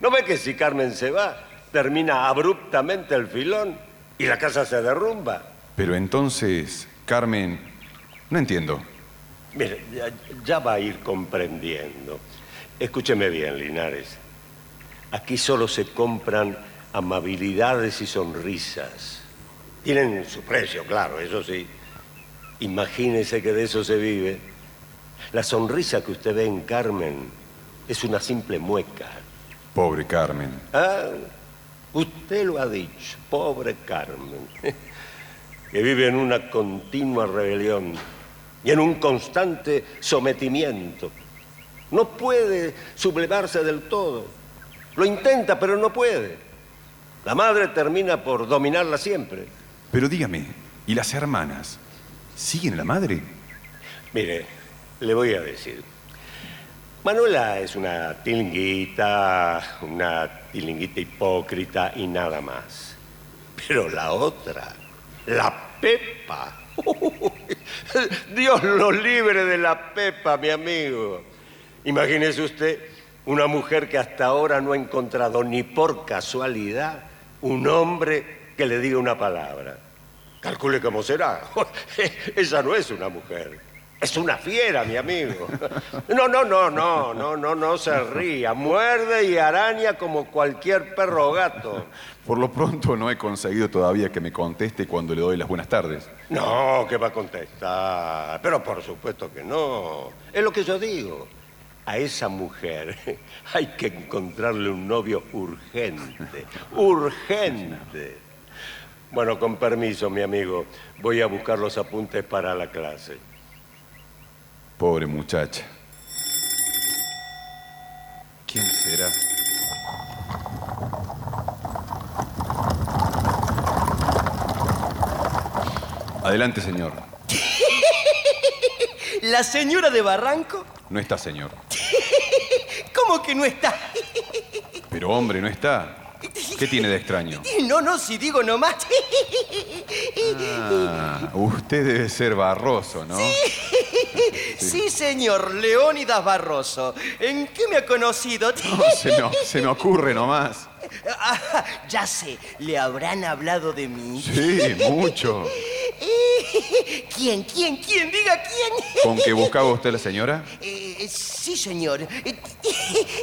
Speaker 8: ¿No ve que si Carmen se va, termina abruptamente el filón y la casa se derrumba?
Speaker 13: Pero entonces, Carmen, no entiendo.
Speaker 8: Mire, ya, ya va a ir comprendiendo. Escúcheme bien, Linares. Aquí solo se compran amabilidades y sonrisas. Tienen su precio, claro, eso sí. Imagínese que de eso se vive. La sonrisa que usted ve en Carmen es una simple mueca.
Speaker 13: Pobre Carmen.
Speaker 8: Ah, usted lo ha dicho, pobre Carmen, que vive en una continua rebelión y en un constante sometimiento. No puede sublevarse del todo. Lo intenta, pero no puede. La madre termina por dominarla siempre.
Speaker 13: Pero dígame, ¿y las hermanas? ¿Siguen a la madre?
Speaker 8: Mire, le voy a decir. Manuela es una tilinguita, una tilinguita hipócrita y nada más. Pero la otra, la Pepa. Dios lo libre de la Pepa, mi amigo. Imagínese usted una mujer que hasta ahora no ha encontrado ni por casualidad un hombre que le diga una palabra. Calcule cómo será. Esa no es una mujer. Es una fiera, mi amigo. No, no, no, no, no, no, no se ría. Muerde y araña como cualquier perro o gato.
Speaker 13: Por lo pronto no he conseguido todavía que me conteste cuando le doy las buenas tardes.
Speaker 8: No, que va a contestar. Pero por supuesto que no. Es lo que yo digo. A esa mujer hay que encontrarle un novio urgente. Urgente. Bueno, con permiso, mi amigo. Voy a buscar los apuntes para la clase.
Speaker 13: Pobre muchacha. ¿Quién será? Adelante, señor.
Speaker 5: ¿La señora de Barranco?
Speaker 13: No está, señor.
Speaker 5: ¿Cómo que no está?
Speaker 13: Pero hombre, no está. ¿Qué tiene de extraño?
Speaker 5: No, no, si digo nomás.
Speaker 13: Ah, usted debe ser Barroso, ¿no?
Speaker 5: Sí, señor, Leónidas Barroso. ¿En qué me ha conocido?
Speaker 13: No, se, me, se me ocurre nomás.
Speaker 5: Ah, ya sé, le habrán hablado de mí.
Speaker 13: Sí, mucho.
Speaker 5: ¿Quién, quién, quién? Diga quién.
Speaker 13: ¿Con qué buscaba usted a la señora?
Speaker 5: Eh, sí, señor. Eh,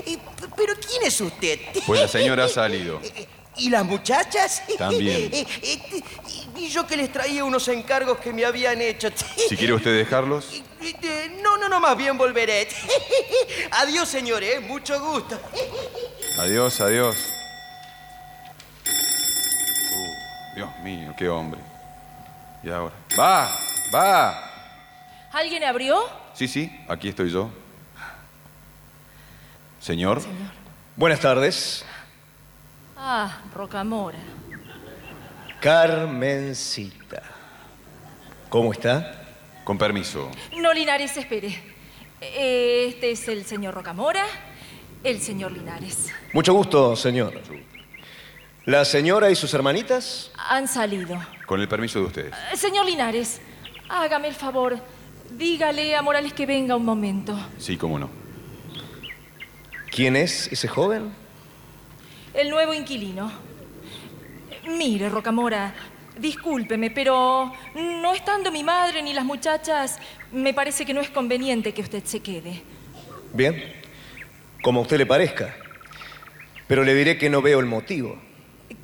Speaker 5: eh, Pero ¿quién es usted?
Speaker 13: Pues la señora ha salido.
Speaker 5: ¿Y las muchachas?
Speaker 13: También.
Speaker 5: Eh, eh, Y yo que les traía unos encargos que me habían hecho.
Speaker 13: Si quiere usted dejarlos.
Speaker 5: Eh, No, no, no, más bien volveré. Adiós, señores, mucho gusto.
Speaker 13: Adiós, adiós. Uh, Dios mío, qué hombre. Y ahora. ¡Va! ¡Va!
Speaker 3: ¿Alguien abrió?
Speaker 13: Sí, sí, aquí estoy yo. Señor.
Speaker 14: Buenas tardes.
Speaker 3: Ah, Rocamora.
Speaker 14: Carmencita. ¿Cómo está?
Speaker 13: Con permiso.
Speaker 3: No, Linares, espere. Este es el señor Rocamora, el señor Linares.
Speaker 14: Mucho gusto, señor. ¿La señora y sus hermanitas?
Speaker 3: Han salido.
Speaker 13: Con el permiso de ustedes.
Speaker 3: Eh, Señor Linares, hágame el favor. Dígale a Morales que venga un momento.
Speaker 13: Sí, cómo no.
Speaker 14: ¿Quién es ese joven?
Speaker 3: El nuevo inquilino. Mire, Rocamora, discúlpeme, pero no estando mi madre ni las muchachas, me parece que no es conveniente que usted se quede.
Speaker 14: Bien. Como a usted le parezca. Pero le diré que no veo el motivo.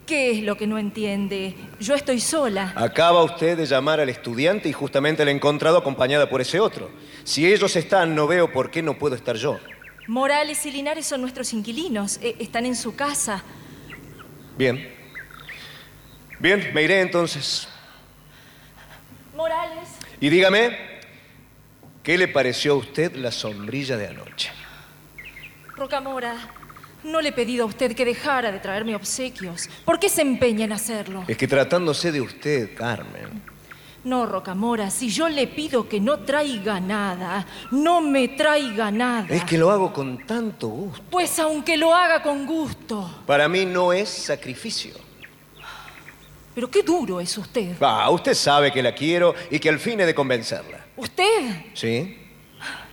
Speaker 3: ¿Qué es lo que no entiende? Yo estoy sola.
Speaker 14: Acaba usted de llamar al estudiante y justamente la he encontrado acompañada por ese otro. Si ellos están, no veo por qué no puedo estar yo.
Speaker 3: Morales y Linares son nuestros inquilinos. e- están en su casa.
Speaker 14: Bien. Bien, me iré entonces.
Speaker 3: Morales.
Speaker 14: Y dígame, ¿qué le pareció a usted la sombrilla de anoche?
Speaker 3: Rocamora, no le he pedido a usted que dejara de traerme obsequios. ¿Por qué se empeña en hacerlo?
Speaker 14: Es que tratándose de usted, Carmen.
Speaker 3: No, Rocamora, si yo le pido que no traiga nada, no me traiga nada.
Speaker 14: Es que lo hago con tanto gusto.
Speaker 3: Pues aunque lo haga con gusto.
Speaker 14: Para mí no es sacrificio.
Speaker 3: Pero qué duro es usted.
Speaker 14: Va, usted sabe que la quiero y que al fin he de convencerla.
Speaker 3: Usted
Speaker 14: ¿Sí?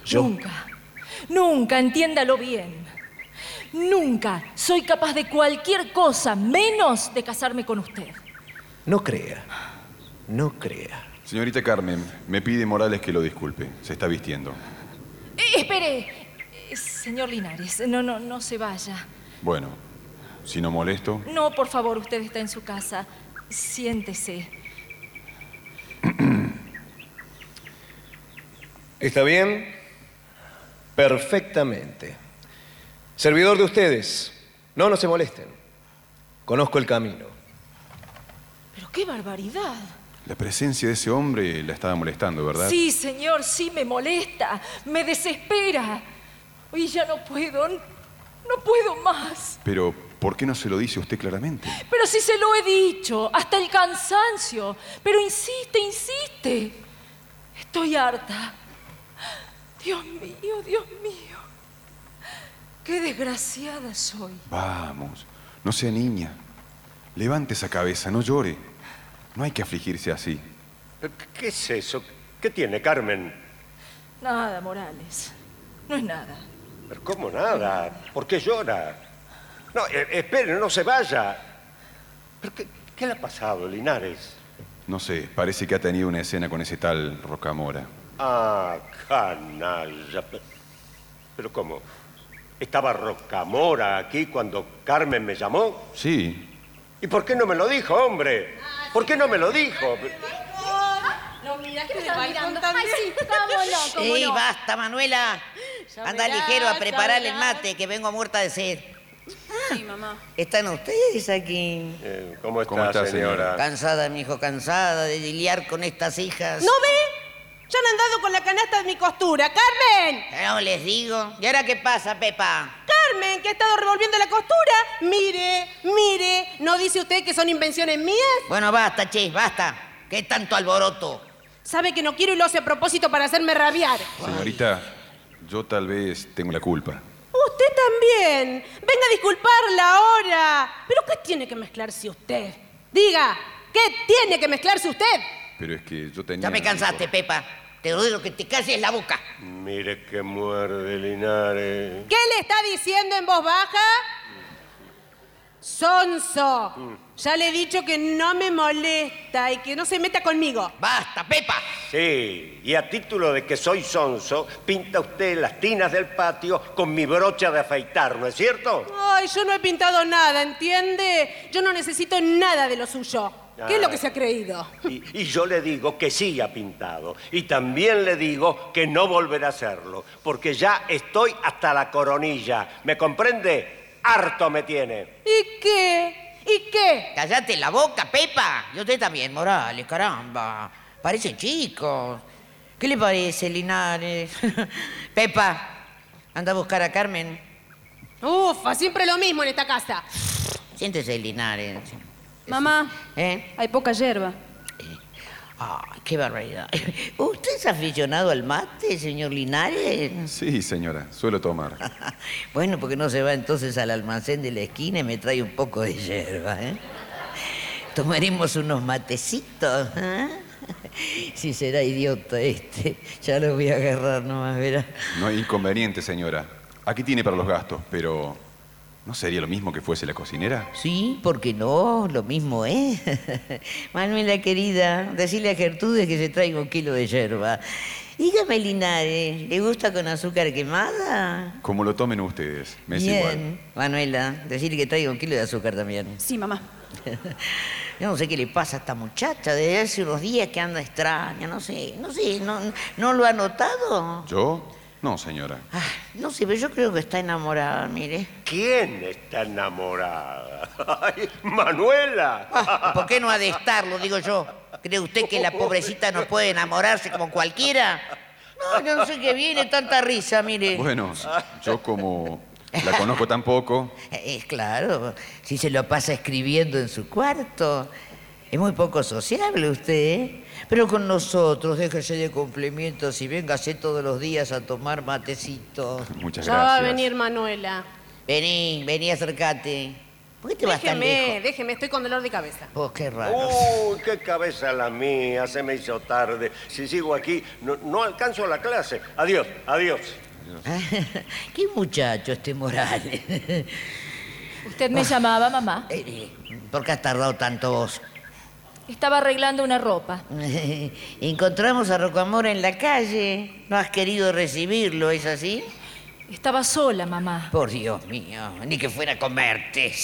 Speaker 14: Yo.
Speaker 3: nunca, nunca, entiéndalo bien. Nunca soy capaz de cualquier cosa menos de casarme con usted.
Speaker 14: No crea. No crea.
Speaker 13: Señorita Carmen, me pide Morales que lo disculpe. Se está vistiendo.
Speaker 3: Eh, espere, Eh, señor Linares, no, no, no se vaya.
Speaker 13: Bueno, si no molesto.
Speaker 3: No, por favor, usted está en su casa. Siéntese.
Speaker 14: ¿Está bien? Perfectamente. Servidor de ustedes, no, no se molesten. Conozco el camino.
Speaker 3: Pero qué barbaridad.
Speaker 13: La presencia de ese hombre la estaba molestando, ¿verdad?
Speaker 3: Sí, señor, sí, me molesta, me desespera. Y ya no puedo, n- no puedo más.
Speaker 13: Pero, ¿por qué no se lo dice usted claramente?
Speaker 3: Pero si se lo he dicho, hasta el cansancio. Pero insiste, insiste. Estoy harta. Dios mío, Dios mío. Qué desgraciada soy.
Speaker 13: Vamos, no sea niña. Levante esa cabeza, no llore. No hay que afligirse así.
Speaker 8: ¿Qué es eso? ¿Qué tiene, Carmen?
Speaker 3: Nada, Morales. No es nada.
Speaker 8: Pero ¿Cómo nada? ¿Por qué llora? No, eh, espere, no se vaya. ¿Pero qué, qué le ha pasado, Linares?
Speaker 13: No sé, parece que ha tenido una escena con ese tal Rocamora.
Speaker 8: Ah, canalla. ¿Pero cómo? ¿Estaba Rocamora aquí cuando Carmen me llamó?
Speaker 13: Sí,
Speaker 8: ¿Y por qué no me lo dijo, hombre? ¿Por qué no me lo dijo?
Speaker 7: Lo miraste
Speaker 15: de balcón también.
Speaker 2: Ey, basta, Manuela. Anda ligero a preparar el mate, que vengo muerta de sed.
Speaker 15: Sí, mamá.
Speaker 2: Están ustedes aquí.
Speaker 8: Eh, ¿Cómo está,
Speaker 13: ¿Cómo está,
Speaker 8: señora?
Speaker 2: Cansada, mi hijo, cansada de lidiar con estas hijas.
Speaker 7: ¿No ve? Ya han andado con la canasta de mi costura. ¡Carmen!
Speaker 2: No les digo. ¿Y ahora qué pasa, Pepa?
Speaker 7: ¡Carmen, que ha estado revolviendo la costura! ¡Mire, mire! ¿No dice usted que son invenciones mías?
Speaker 2: Bueno, basta, che, basta. ¿Qué tanto alboroto?
Speaker 7: Sabe que no quiero y lo hace a propósito para hacerme rabiar.
Speaker 13: señorita, yo tal vez tengo la culpa.
Speaker 7: Usted también. Venga a disculparla ahora. ¿Pero qué tiene que mezclarse usted? Diga, ¿qué tiene que mezclarse usted?
Speaker 13: Pero es que yo tenía...
Speaker 2: Ya me cansaste, Pepa. Te ordeno que te calles la boca.
Speaker 8: Mire que muerde, Linares.
Speaker 7: ¿Qué le está diciendo en voz baja? Sonso. Ya le he dicho que no me molesta y que no se meta conmigo.
Speaker 2: ¡Basta, Pepa!
Speaker 8: Sí, y a título de que soy sonso, pinta usted las tinas del patio con mi brocha de afeitar, ¿no es cierto?
Speaker 7: Ay, yo no he pintado nada, ¿entiende? Yo no necesito nada de lo suyo. ¿Qué es lo que se ha creído?
Speaker 8: Y, y yo le digo que sí ha pintado. Y también le digo que no volverá a hacerlo, porque ya estoy hasta la coronilla. ¿Me comprende? Harto me tiene.
Speaker 7: ¿Y qué? ¿Y qué?
Speaker 2: Cállate la boca, Pepa. Y usted también, Morales, caramba. Parecen chicos. ¿Qué le parece, Linares? Pepa, anda a buscar a Carmen.
Speaker 7: Ufa, siempre lo mismo en esta casa.
Speaker 2: Siéntese, Linares.
Speaker 4: Mamá,
Speaker 2: ¿Eh?
Speaker 4: hay poca hierba.
Speaker 2: Ay, qué barbaridad. ¿Usted es aficionado al mate, señor Linares?
Speaker 13: Sí, señora, suelo tomar.
Speaker 2: Bueno, porque no se va entonces al almacén de la esquina y me trae un poco de yerba, ¿eh? Tomaremos unos matecitos, ¿eh? Si será idiota este, ya lo voy a agarrar nomás, verá.
Speaker 13: No hay inconveniente, señora. Aquí tiene para los gastos, pero... ¿No sería lo mismo que fuese la cocinera?
Speaker 2: Sí, porque no, lo mismo es. Manuela querida, decirle a Gertrudes que se traiga un kilo de yerba. Dígame, Linares, ¿le gusta con azúcar quemada?
Speaker 13: Como lo tomen ustedes, me es igual.
Speaker 2: Bien, Manuela, decirle que traiga un kilo de azúcar también.
Speaker 4: Sí, mamá.
Speaker 2: Yo no sé qué le pasa a esta muchacha, desde hace unos días que anda extraña, no sé, no sé, no, no lo ha notado.
Speaker 13: ¿Yo? No, señora.
Speaker 2: No sé, pero yo creo que está enamorada, mire.
Speaker 8: ¿Quién está enamorada? Ay, Manuela.
Speaker 2: Ah, ¿Por qué no ha de estarlo, digo yo? ¿Cree usted que la pobrecita no puede enamorarse como cualquiera? No, yo no sé qué viene tanta risa, mire.
Speaker 13: Bueno, yo como la conozco tan poco,
Speaker 2: Es claro, si se lo pasa escribiendo en su cuarto. Es muy poco sociable usted, ¿eh? Pero con nosotros, déjese de cumplimientos y véngase todos los días a tomar matecito.
Speaker 13: muchas
Speaker 7: Ya va a
Speaker 13: gracias.
Speaker 7: venir Manuela.
Speaker 2: Vení, vení, acércate. ¿Por qué te vas tan
Speaker 7: Déjeme,
Speaker 2: lejos?
Speaker 7: déjeme, estoy con dolor de cabeza.
Speaker 2: Oh, qué raro.
Speaker 8: Uy, qué cabeza la mía, se me hizo tarde. Si sigo aquí, no, no alcanzo la clase. Adiós, adiós.
Speaker 2: Qué muchacho este Morales.
Speaker 3: Usted me llamaba, mamá.
Speaker 2: ¿Por qué has tardado tanto vos?
Speaker 3: Estaba arreglando una ropa.
Speaker 2: Encontramos a Rocamor en la calle. No has querido recibirlo, ¿es así?
Speaker 3: Estaba sola, mamá.
Speaker 2: Por Dios mío, ni que fuera a comerte.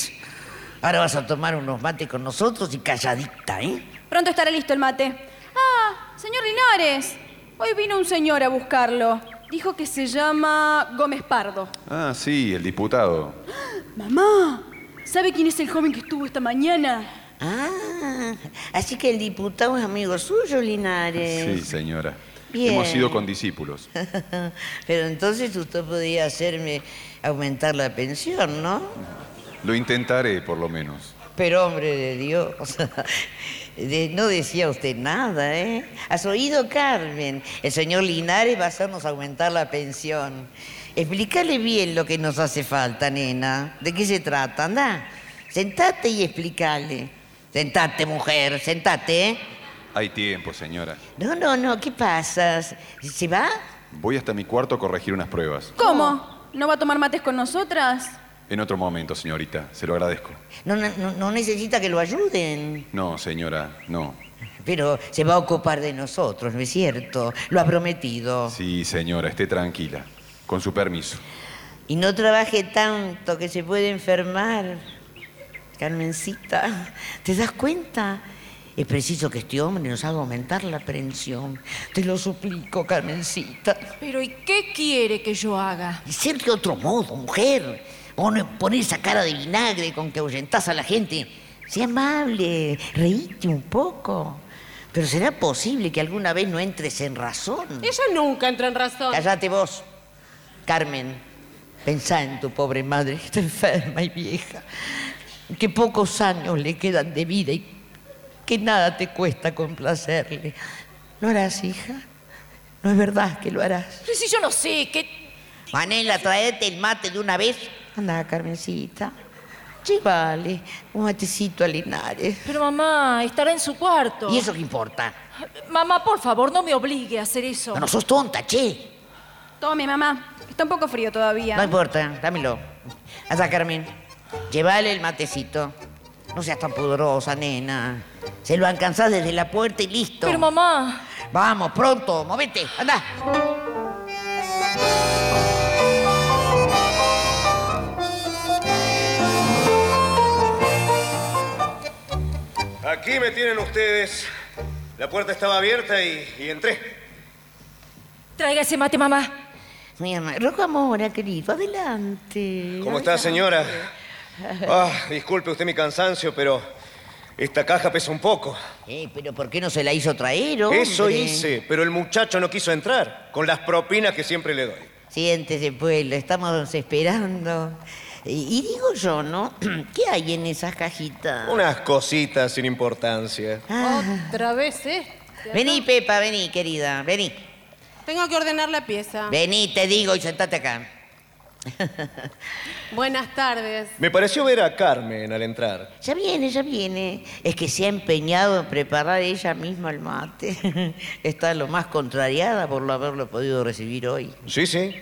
Speaker 2: Ahora vas a tomar unos mates con nosotros y calladita, ¿eh?
Speaker 4: Pronto estará listo el mate. Ah, señor Linares. Hoy vino un señor a buscarlo. Dijo que se llama Gómez Pardo.
Speaker 13: Ah, sí, el diputado.
Speaker 4: Mamá, ¿sabe quién es el joven que estuvo esta mañana?
Speaker 2: Ah, así que el diputado es amigo suyo,
Speaker 13: Sí,
Speaker 2: Linares.
Speaker 13: señora.
Speaker 2: Bien.
Speaker 13: Hemos sido condiscípulos.
Speaker 2: Pero entonces usted podía hacerme aumentar la pensión, ¿no?
Speaker 13: Lo intentaré, por lo menos.
Speaker 2: Pero hombre de Dios, de- no decía usted nada, ¿eh? ¿Has oído, Carmen? El señor Linares va a hacernos aumentar la pensión. Explícale bien lo que nos hace falta, nena. ¿De qué se trata? Anda, sentate y explícale. Sentate, mujer, sentate, ¿eh?
Speaker 13: Hay tiempo, señora.
Speaker 2: No, no, no, ¿qué pasa? ¿Se va?
Speaker 13: Voy hasta mi cuarto a corregir unas pruebas.
Speaker 4: ¿Cómo? ¿No va a tomar mates con nosotras?
Speaker 13: En otro momento, señorita. Se lo agradezco.
Speaker 2: No, no, no- no necesita que lo ayuden.
Speaker 13: No, señora, no.
Speaker 2: Pero se va a ocupar de nosotros, ¿no es cierto? Lo ha prometido.
Speaker 13: Sí, señora, esté tranquila. Con su permiso.
Speaker 2: Y no trabaje tanto que se puede enfermar. Carmencita, ¿te das cuenta? Es preciso que este hombre nos haga aumentar la pensión. Te lo suplico, Carmencita.
Speaker 3: Pero ¿y qué quiere que yo haga?
Speaker 2: Y ser de otro modo, mujer. Vos no poner esa cara de vinagre con que ahuyentás a la gente. Sé amable, reíte un poco. Pero será posible que alguna vez no entres en razón.
Speaker 7: Ella nunca entra en razón.
Speaker 2: Cállate vos, Carmen. Pensá en tu pobre madre que está enferma y vieja. Que pocos años le quedan de vida y que nada te cuesta complacerle. ¿No harás, hija? No es verdad que lo harás.
Speaker 3: Pero si yo no sé, que...
Speaker 2: Manela, traete el mate de una vez. Anda, Carmencita. Llévale un matecito a Linares.
Speaker 3: Pero mamá, estará en su cuarto.
Speaker 2: ¿Y eso qué importa?
Speaker 3: Mamá, por favor, no me obligue a hacer eso.
Speaker 2: No, no sos tonta, che.
Speaker 4: Tome, mamá. Está un poco frío todavía.
Speaker 2: No importa, dámelo. Allá, Carmen. Llévale el matecito. No seas tan pudorosa, nena. Se lo alcanzás desde la puerta y listo.
Speaker 3: Pero mamá.
Speaker 2: Vamos, pronto, movete, anda.
Speaker 14: Aquí me tienen ustedes. La puerta estaba abierta y, y entré.
Speaker 3: Traiga ese mate, mamá.
Speaker 2: Mi amor, Rocco Mora, querido, adelante.
Speaker 14: ¿Cómo está, señora?
Speaker 2: ¿eh?
Speaker 14: Ah, disculpe usted mi cansancio, pero esta caja pesa un poco.
Speaker 2: Eh, pero ¿por qué no se la hizo traer, hombre?
Speaker 14: Eso hice, pero el muchacho no quiso entrar, con las propinas que siempre le doy.
Speaker 2: Siéntese, pues, lo estamos esperando. Y, y digo yo, ¿no? ¿Qué hay en esas cajitas?
Speaker 14: Unas cositas sin importancia.
Speaker 2: Ah.
Speaker 7: Otra vez, ¿eh?
Speaker 2: Vení, Pepa, vení, querida, vení.
Speaker 7: Tengo que ordenar la pieza.
Speaker 2: Vení, te digo, y sentate acá.
Speaker 7: Buenas tardes.
Speaker 14: Me pareció ver a Carmen al entrar.
Speaker 2: Ya viene, ya viene. Es que se ha empeñado en preparar ella misma el mate. Está lo más contrariada por no haberlo podido recibir hoy.
Speaker 14: Sí, sí,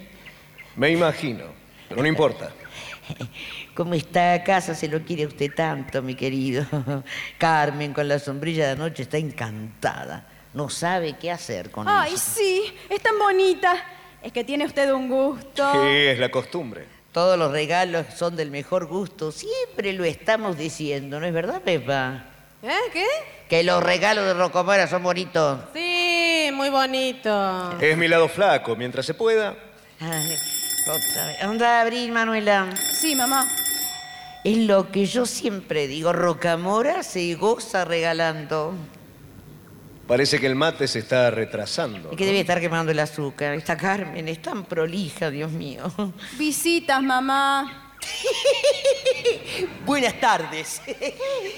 Speaker 14: me imagino, pero no importa.
Speaker 2: Como esta casa se lo quiere a usted tanto, mi querido. Carmen con la sombrilla de anoche está encantada. No sabe qué hacer con
Speaker 4: Ay,
Speaker 2: eso.
Speaker 4: sí, es tan bonita. Es que tiene usted un gusto.
Speaker 14: Sí, es la costumbre.
Speaker 2: Todos los regalos son del mejor gusto. Siempre lo estamos diciendo, ¿no es verdad, Pepa?
Speaker 7: ¿Eh? ¿Qué?
Speaker 2: Que los regalos de Rocomora son bonitos.
Speaker 7: Sí, muy bonito.
Speaker 14: Es mi lado flaco, mientras se pueda.
Speaker 2: Ay, otra vez. Anda a abrir, Manuela.
Speaker 4: Sí, mamá.
Speaker 2: Es lo que yo siempre digo, Rocamora se goza regalando.
Speaker 14: Parece que el mate se está retrasando.
Speaker 2: Es que debe estar quemando el azúcar. Esta Carmen es tan prolija, Dios mío.
Speaker 4: Visitas, mamá.
Speaker 5: Buenas tardes.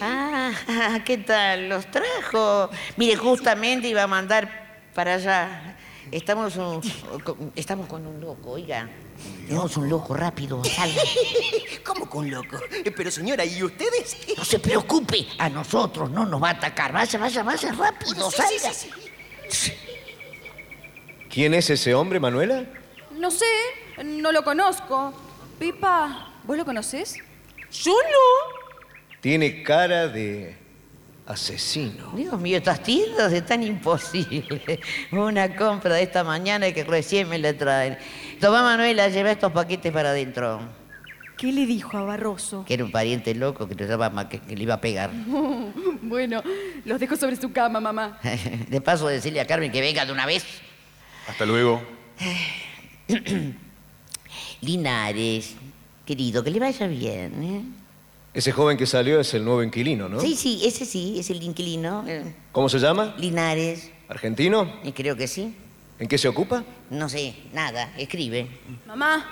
Speaker 2: Ah, ¿qué tal? ¿Los trajo? Mire, justamente iba a mandar para allá. Estamos, un- con- estamos con un loco, oiga. Tenemos un loco, rápido, salga.
Speaker 5: ¿Cómo con loco? Eh, Pero señora, ¿y ustedes?
Speaker 2: No se preocupe, a nosotros no nos va a atacar. Vaya, vaya, vaya, rápido,
Speaker 5: Sí, sí,
Speaker 2: salga.
Speaker 5: sí, sí.
Speaker 14: ¿Quién es ese hombre, Manuela?
Speaker 4: No sé, no lo conozco. Pipa, ¿vos lo conocés?
Speaker 7: Yo no.
Speaker 14: Tiene cara de asesino.
Speaker 2: Dios mío, estas tiendas están imposibles. Una compra de esta mañana que recién me la traen. Tomá, Manuela, lleva estos paquetes para adentro.
Speaker 4: ¿Qué le dijo a Barroso?
Speaker 2: Que era un pariente loco que, lo llamaba, que, que le iba a pegar.
Speaker 4: bueno, los dejo sobre su cama, mamá.
Speaker 2: De paso, decirle a Carmen que venga de una vez.
Speaker 13: Hasta luego.
Speaker 2: Linares, querido, que le vaya bien. ¿eh?
Speaker 14: Ese joven que salió es el nuevo inquilino, ¿no?
Speaker 2: Sí, sí, ese sí, es el inquilino. eh,
Speaker 14: ¿Cómo se llama?
Speaker 2: Linares,
Speaker 14: ¿Argentino?
Speaker 2: y creo que sí.
Speaker 14: ¿En qué se ocupa?
Speaker 2: No sé, nada, escribe.
Speaker 4: Mamá,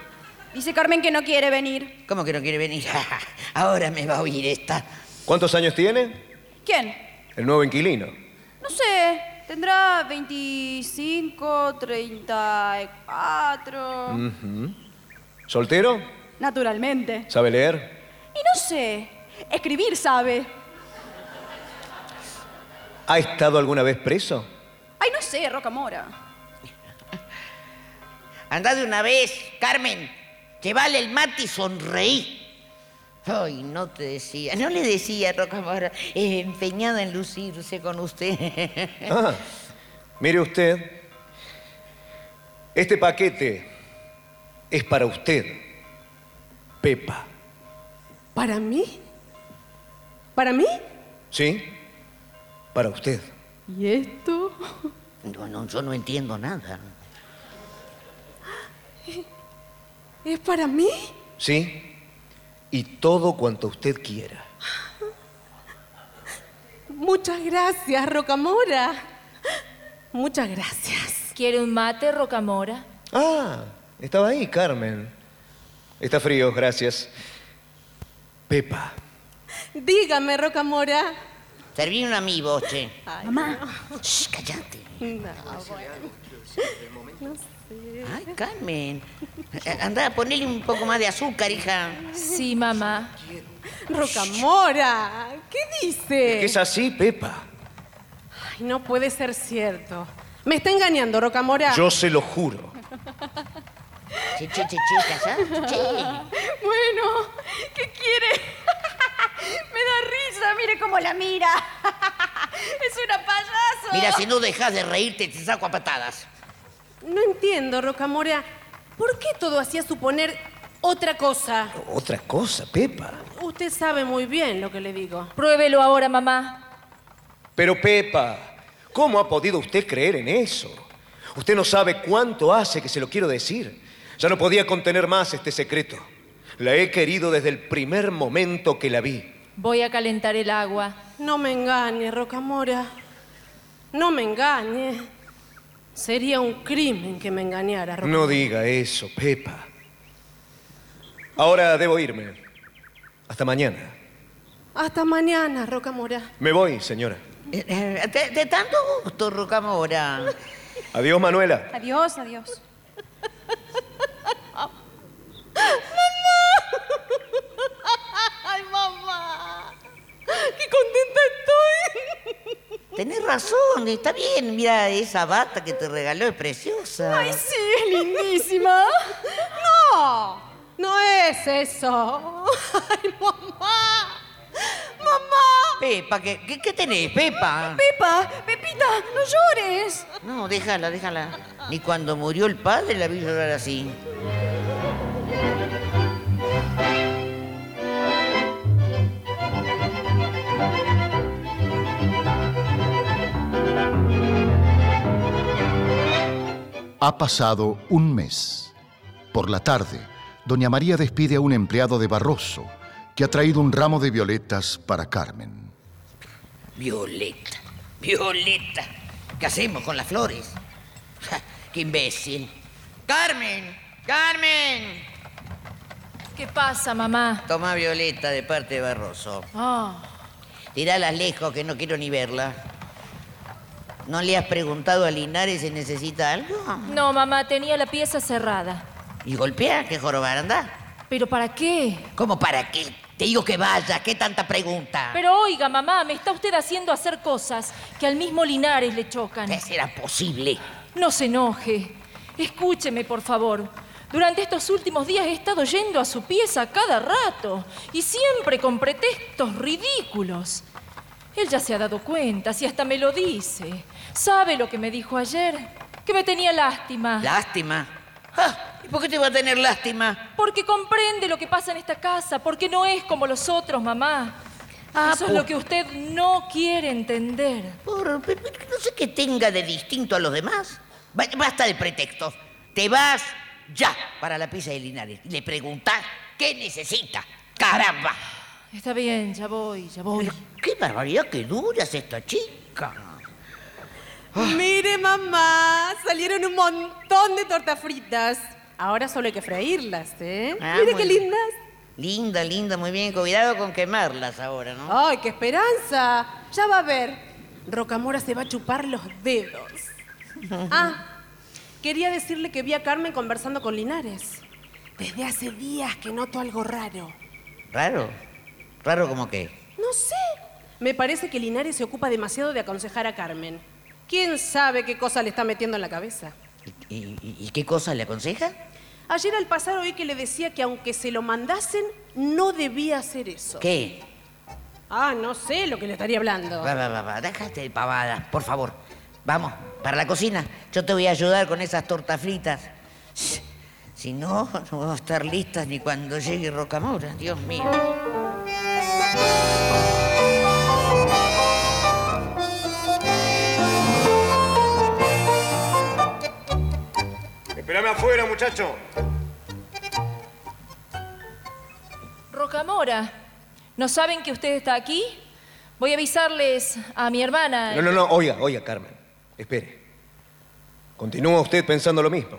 Speaker 4: dice Carmen que no quiere venir.
Speaker 2: ¿Cómo que no quiere venir? Ahora me va a oír esta.
Speaker 14: ¿Cuántos años tiene?
Speaker 4: ¿Quién?
Speaker 14: El nuevo inquilino.
Speaker 4: No sé, tendrá 25,
Speaker 2: Oh.
Speaker 4: 34.
Speaker 14: Ujú. ¿Soltero?
Speaker 4: Naturalmente.
Speaker 14: ¿Sabe leer?
Speaker 4: Y no sé, escribir sabe.
Speaker 14: ¿Ha estado alguna vez preso?
Speaker 4: Ay, no sé, Rocamora.
Speaker 2: Andá de una vez, Carmen. Llevale el mate y sonreí. Ay, no te decía, no le decía Rocamora, eh, empeñada en lucirse con usted. Eh.
Speaker 14: Ah, mire usted. Este paquete es para usted, Pepa.
Speaker 7: ¿Para mí? ¿Para mí?
Speaker 14: ¿Sí? Para usted.
Speaker 7: ¿Y esto?
Speaker 2: No, no, yo no entiendo nada.
Speaker 7: ¿Es para mí?
Speaker 14: ¿Sí? Y todo cuanto usted quiera.
Speaker 7: Muchas gracias, Rocamora. Muchas gracias.
Speaker 3: ¿Quiere un mate, Rocamora?
Speaker 14: Ah, estaba ahí, Carmen. Está frío, gracias. Pepa,
Speaker 2: Eh.
Speaker 7: Dígame, Rocamora.
Speaker 2: Serví un amigo, che.
Speaker 7: Ay,
Speaker 4: Mamá.
Speaker 2: Shh, callate.
Speaker 7: no, bueno.
Speaker 2: No sé. Ay, Carmen. Andá, ponele un poco más de azúcar, hija.
Speaker 3: Sí, mamá.
Speaker 7: Rocamora, ¿qué dice?
Speaker 14: Es así, Pepa.
Speaker 7: Ay, no puede ser cierto. Me está engañando, Rocamora.
Speaker 14: Yo se lo juro.
Speaker 2: Che, che, che, chicas, ¿ah? Che.
Speaker 16: Bueno, ¿qué quiere? Me da risa, mire cómo la mira. Es una payaso.
Speaker 2: Mira, si no dejas de reírte, te saco a patadas.
Speaker 7: No entiendo, Rocamora. ¿Por qué todo hacía suponer otra cosa?
Speaker 14: Otra cosa, Pepa.
Speaker 7: Usted sabe muy bien lo que le digo.
Speaker 3: Pruébelo ahora, mamá.
Speaker 14: Pero Pepa, ¿cómo ha podido usted creer en eso? Usted no sabe cuánto hace que se lo quiero decir. Ya no podía contener más este secreto. La he querido desde el primer momento que la vi.
Speaker 3: Voy a calentar el agua.
Speaker 7: No me engañe, Rocamora. No me engañe. Sería un crimen que me engañara, Rocamora.
Speaker 14: No diga eso, Pepa. Ahora debo irme. Hasta mañana.
Speaker 7: Hasta mañana, Rocamora.
Speaker 14: Me voy, señora.
Speaker 2: Eh, eh, De, de tanto gusto, Rocamora.
Speaker 14: Adiós, Manuela.
Speaker 4: Adiós, adiós.
Speaker 7: ¡Ay, mamá! ¡Qué contenta estoy!
Speaker 2: Tenés razón, está bien. Mira, esa bata que te regaló es preciosa.
Speaker 7: ¡Ay, sí! ¡Es lindísima! ¡No! ¡No es eso! ¡Ay, mamá! ¡Mamá!
Speaker 2: Pepa, ¿qué, qué, qué tenés, Pepa?
Speaker 4: Pepa, Pepita, no llores.
Speaker 2: No, déjala, déjala. Ni cuando murió el padre la vi llorar así.
Speaker 1: Ha pasado un mes. Por la tarde, doña María despide a un empleado de Barroso que ha traído un ramo de violetas para Carmen.
Speaker 2: Violeta, Violeta. ¿Qué hacemos con las flores? Ja, ¡Qué imbécil! ¡Carmen! ¡Carmen!
Speaker 3: ¿Qué pasa, mamá?
Speaker 2: Toma Violeta de parte de Barroso.
Speaker 3: Ah,
Speaker 2: Tirala lejos que no quiero ni verla. ¿No le has preguntado a Linares si necesita algo?
Speaker 3: No, mamá, tenía la pieza cerrada.
Speaker 2: Y golpea, que jorobar, anda.
Speaker 3: ¿Pero para qué?
Speaker 2: ¿Cómo para qué? Te digo que vaya, ¿qué tanta pregunta?
Speaker 3: Pero oiga, mamá, me está usted haciendo hacer cosas que al mismo Linares le chocan.
Speaker 2: ¿Qué será posible?
Speaker 3: No se enoje. Escúcheme, por favor. Durante estos últimos días he estado yendo a su pieza a cada rato y siempre con pretextos ridículos. Él ya se ha dado cuenta, si hasta me lo dice. ¿Sabe lo que me dijo ayer? Que me tenía lástima.
Speaker 2: Lástima. Ah, ¿Y por qué te va a tener lástima?
Speaker 3: Porque comprende lo que pasa en esta casa, porque no es como los otros, mamá.
Speaker 2: Ah,
Speaker 3: Eso es
Speaker 2: po-
Speaker 3: lo que usted no quiere entender.
Speaker 2: Por, pe- pe- no sé qué tenga de distinto a los demás. Ba- Basta de pretextos. Te vas ya para la pieza de Linares. y Le preguntás qué necesita. ¡Caramba!
Speaker 3: Está bien, ya voy, ya voy.
Speaker 2: ¡Qué barbaridad que dura es esta chica! Ah.
Speaker 7: Mire, mamá, salieron un montón de tortas fritas. Ahora solo hay que freírlas, ¿eh?
Speaker 2: Ah,
Speaker 7: Mire
Speaker 2: muy
Speaker 7: qué
Speaker 2: bien.
Speaker 7: lindas.
Speaker 2: Linda, linda, muy bien. Cuidado con quemarlas ahora, ¿no?
Speaker 7: ¡Ay, qué esperanza! Ya va a ver. Rocamora se va a chupar los dedos. Ah, quería decirle que vi a Carmen conversando con Linares. Desde hace días que noto algo raro.
Speaker 2: Raro. Raro como qué.
Speaker 7: No sé. Me parece que Linares se ocupa demasiado de aconsejar a Carmen. ¿Quién sabe qué cosa le está metiendo en la cabeza?
Speaker 2: ¿Y, y- y qué cosa le aconseja?
Speaker 7: Ayer al pasar oí que le decía que aunque se lo mandasen, no debía hacer eso.
Speaker 2: ¿Qué?
Speaker 7: Ah, no sé lo que le estaría hablando.
Speaker 2: Va, va, va, va, déjate de pavada, por favor. Vamos, para la cocina. Yo te voy a ayudar con esas tortas fritas. Si no, no vamos a estar listas ni cuando llegue Rocamora, Dios mío.
Speaker 8: Esperame afuera, muchacho.
Speaker 3: Rocamora, ¿no saben que usted está aquí? Voy a avisarles a mi hermana.
Speaker 14: No, no, no, oiga, oiga, Carmen. Espere. Continúa usted pensando lo mismo.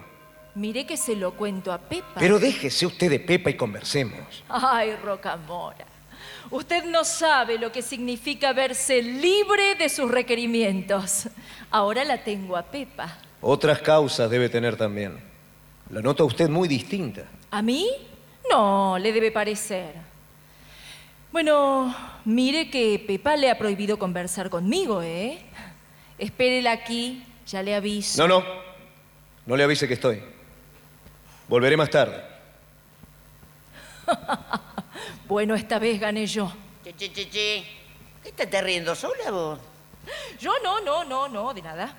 Speaker 3: Miré que se lo cuento a Pepa.
Speaker 14: Pero déjese usted de Pepa y conversemos.
Speaker 3: Ay, Rocamora. Usted no sabe lo que significa verse libre de sus requerimientos. Ahora la tengo a Pepa.
Speaker 14: Otras causas debe tener también. La nota usted muy distinta.
Speaker 3: ¿A mí? No, le debe parecer. Bueno, mire que Pepa le ha prohibido conversar conmigo, ¿eh? Espérela aquí, ya le aviso.
Speaker 14: No, no. No le avise que estoy. Volveré más tarde.
Speaker 3: Bueno, esta vez gané yo.
Speaker 6: Che, che, che, che. ¿Qué te estás riendo sola vos?
Speaker 3: Yo no, no, no, no, de nada.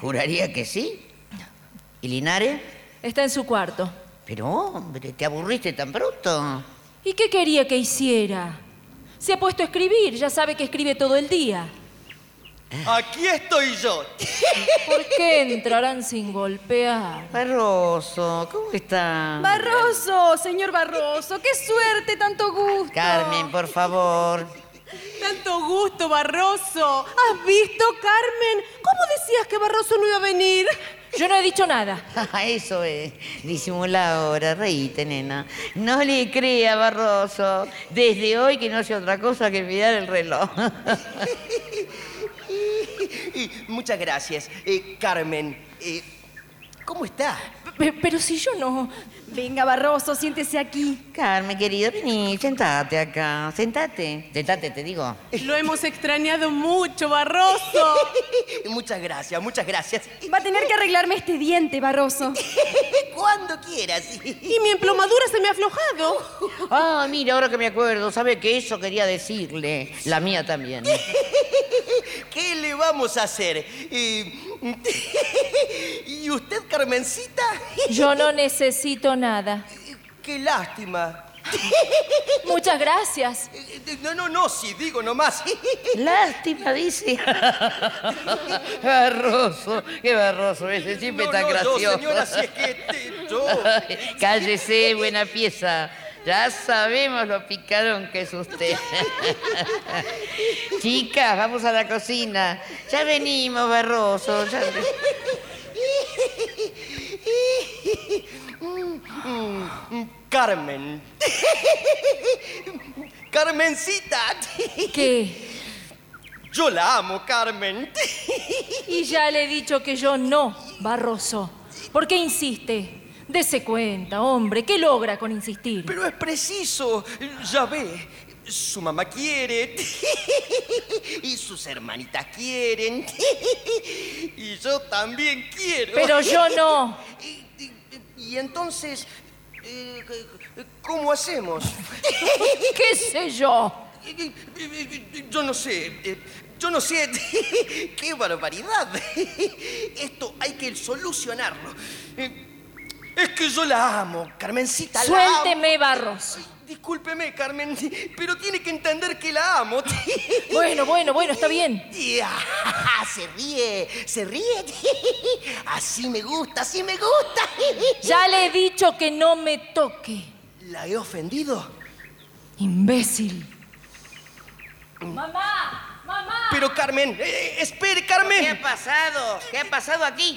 Speaker 6: Juraría que sí. ¿Y Linares?
Speaker 3: Está en su cuarto.
Speaker 6: Pero, hombre, ¿te aburriste tan pronto?
Speaker 3: ¿Y qué quería que hiciera? Se ha puesto a escribir, ya sabe que escribe todo el día.
Speaker 5: Eh. Aquí estoy yo.
Speaker 3: ¿Por qué entrarán sin golpear?
Speaker 2: Barroso, ¿cómo está?
Speaker 4: Barroso, señor Barroso, qué suerte, tanto gusto.
Speaker 2: Carmen, por favor.
Speaker 7: Tanto gusto, Barroso. ¿Has visto, Carmen? ¿Cómo decías que Barroso no iba a venir?
Speaker 3: Yo no he dicho nada.
Speaker 2: Ah, Eso es. Disimula ahora, reíte, nena. No le crea, Barroso. Desde hoy que no hace otra cosa que mirar el reloj.
Speaker 5: Y muchas gracias. Eh, Carmen, eh, ¿cómo está?
Speaker 3: Pero si yo no.
Speaker 4: Venga, Barroso, siéntese aquí.
Speaker 2: Carmen, querida, vení, sentate acá. Sentate. Sentate, te digo.
Speaker 7: Lo hemos extrañado mucho, Barroso.
Speaker 5: Muchas gracias, muchas gracias.
Speaker 4: Va a tener que arreglarme este diente, Barroso.
Speaker 5: eh, Cuando quieras.
Speaker 7: Y mi emplomadura se me ha aflojado.
Speaker 2: Ah, mira, ahora que me acuerdo, ¿sabe que eso quería decirle? La mía también.
Speaker 5: ¿Qué le vamos a hacer? Eh, ¿Y usted, Carmencita?
Speaker 3: Yo no necesito nada.
Speaker 5: Qué lástima.
Speaker 3: Muchas gracias.
Speaker 5: Eh, No, no, no, sí, digo nomás.
Speaker 2: Lástima, dice. Barroso, qué barroso ese, siempre
Speaker 5: No,
Speaker 2: tan
Speaker 5: no, yo,
Speaker 2: gracioso.
Speaker 5: señora, si es que te- yo-
Speaker 2: Cállese, buena pieza. Ya sabemos lo picaron que es usted. Chicas, vamos a la cocina. Ya venimos, Barroso. ya-
Speaker 5: Carmen. Carmencita.
Speaker 3: ¿Qué?
Speaker 5: Yo la amo, Carmen.
Speaker 3: Y ya le he dicho que yo no, Barroso. ¿Por qué insiste? Dese cuenta, hombre, ¿qué logra con insistir?
Speaker 5: Pero es preciso, ya ve. Su mamá quiere. Y sus hermanitas quieren. Y yo también quiero.
Speaker 3: Pero yo no.
Speaker 5: Y entonces, eh, ¿cómo hacemos?
Speaker 3: ¿Qué sé yo?
Speaker 5: Yo no sé. eh, Yo no sé. ¡Qué barbaridad! Esto hay que solucionarlo. Eh, Es que yo la amo, Carmencita. la amo.
Speaker 3: Suélteme, Barroso.
Speaker 5: Discúlpeme, Carmen, pero tiene que entender que la amo.
Speaker 3: Bueno, bueno, bueno, está bien.
Speaker 5: Ya, ah, Se ríe, se ríe. Así me gusta, así me gusta.
Speaker 3: Ya le he dicho que no me toque.
Speaker 5: ¿La he ofendido?
Speaker 3: Imbécil.
Speaker 5: ¡Mamá! ¡Mamá! Pero, Carmen, eh, espere, Carmen. Eh,
Speaker 2: ¿Qué ha pasado? ¿Qué ha pasado aquí?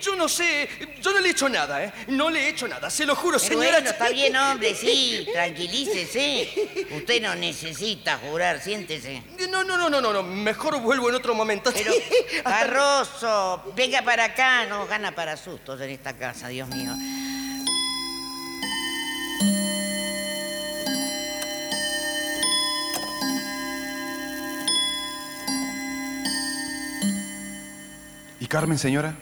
Speaker 5: Yo no sé, yo no le he hecho nada, ¿eh? No le he hecho nada, se lo juro,
Speaker 2: Pero
Speaker 5: señora.
Speaker 2: bueno, está bien, hombre, sí. Tranquilícese. Usted no necesita jurar, siéntese.
Speaker 5: No, no, no, no, no, no, mejor vuelvo en otro momento.
Speaker 2: Pero, Barroso, venga para acá. No gana para sustos en esta casa, Dios mío.
Speaker 13: ¿Y Carmen, señora?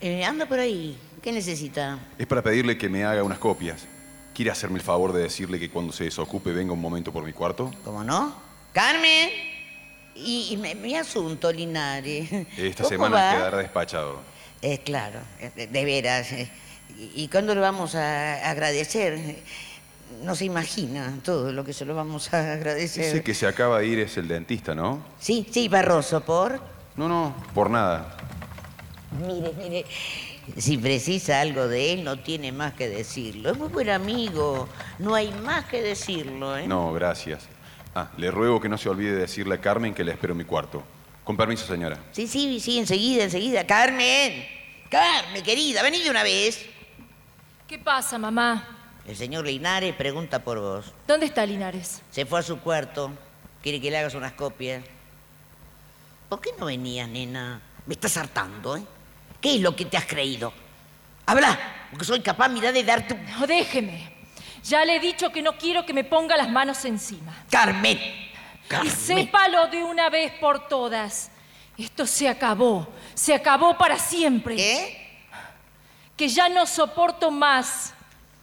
Speaker 2: Eh, anda por ahí. ¿Qué necesita?
Speaker 13: Es para pedirle que me haga unas copias. ¿Quiere hacerme el favor de decirle que cuando se desocupe venga un momento por mi cuarto?
Speaker 2: ¿Cómo no? Carmen. Y, y me- mi asunto, Linares.
Speaker 13: Esta
Speaker 2: ¿Cómo
Speaker 13: semana
Speaker 2: va?
Speaker 13: quedará despachado.
Speaker 2: Eh, claro, eh, de de veras. eh. ¿Y, y cuándo lo vamos a agradecer? No se imagina todo lo que se lo vamos a
Speaker 13: Ese
Speaker 2: agradecer.
Speaker 13: que se acaba de ir es el dentista, ¿no?
Speaker 2: Sí, sí, Barroso, por.
Speaker 13: No, no. Por nada.
Speaker 2: Mire, mire, si precisa algo de él, no tiene más que decirlo. Es muy buen amigo, no hay más que decirlo, ¿eh?
Speaker 13: No, gracias. Ah, le ruego que no se olvide de decirle a Carmen que le espero en mi cuarto. Con permiso, señora.
Speaker 2: Sí, sí, sí, enseguida, enseguida. Carmen, Carmen, querida, vení de una vez.
Speaker 3: ¿Qué pasa, mamá?
Speaker 2: El señor Linares pregunta por vos.
Speaker 3: ¿Dónde está Linares?
Speaker 2: Se fue a su cuarto, quiere que le hagas unas copias. ¿Por qué no venías, nena?
Speaker 6: Me estás hartando, ¿eh? ¿Qué es lo que te has creído? Habla, porque soy capaz, mira, de darte un...
Speaker 3: No, déjeme. Ya le he dicho que no quiero que me ponga las manos encima.
Speaker 6: Carmen.
Speaker 3: Y
Speaker 6: Carmen.
Speaker 3: sépalo de una vez por todas. Esto se acabó. Se acabó para siempre.
Speaker 6: ¿Qué?
Speaker 3: Que ya no soporto más.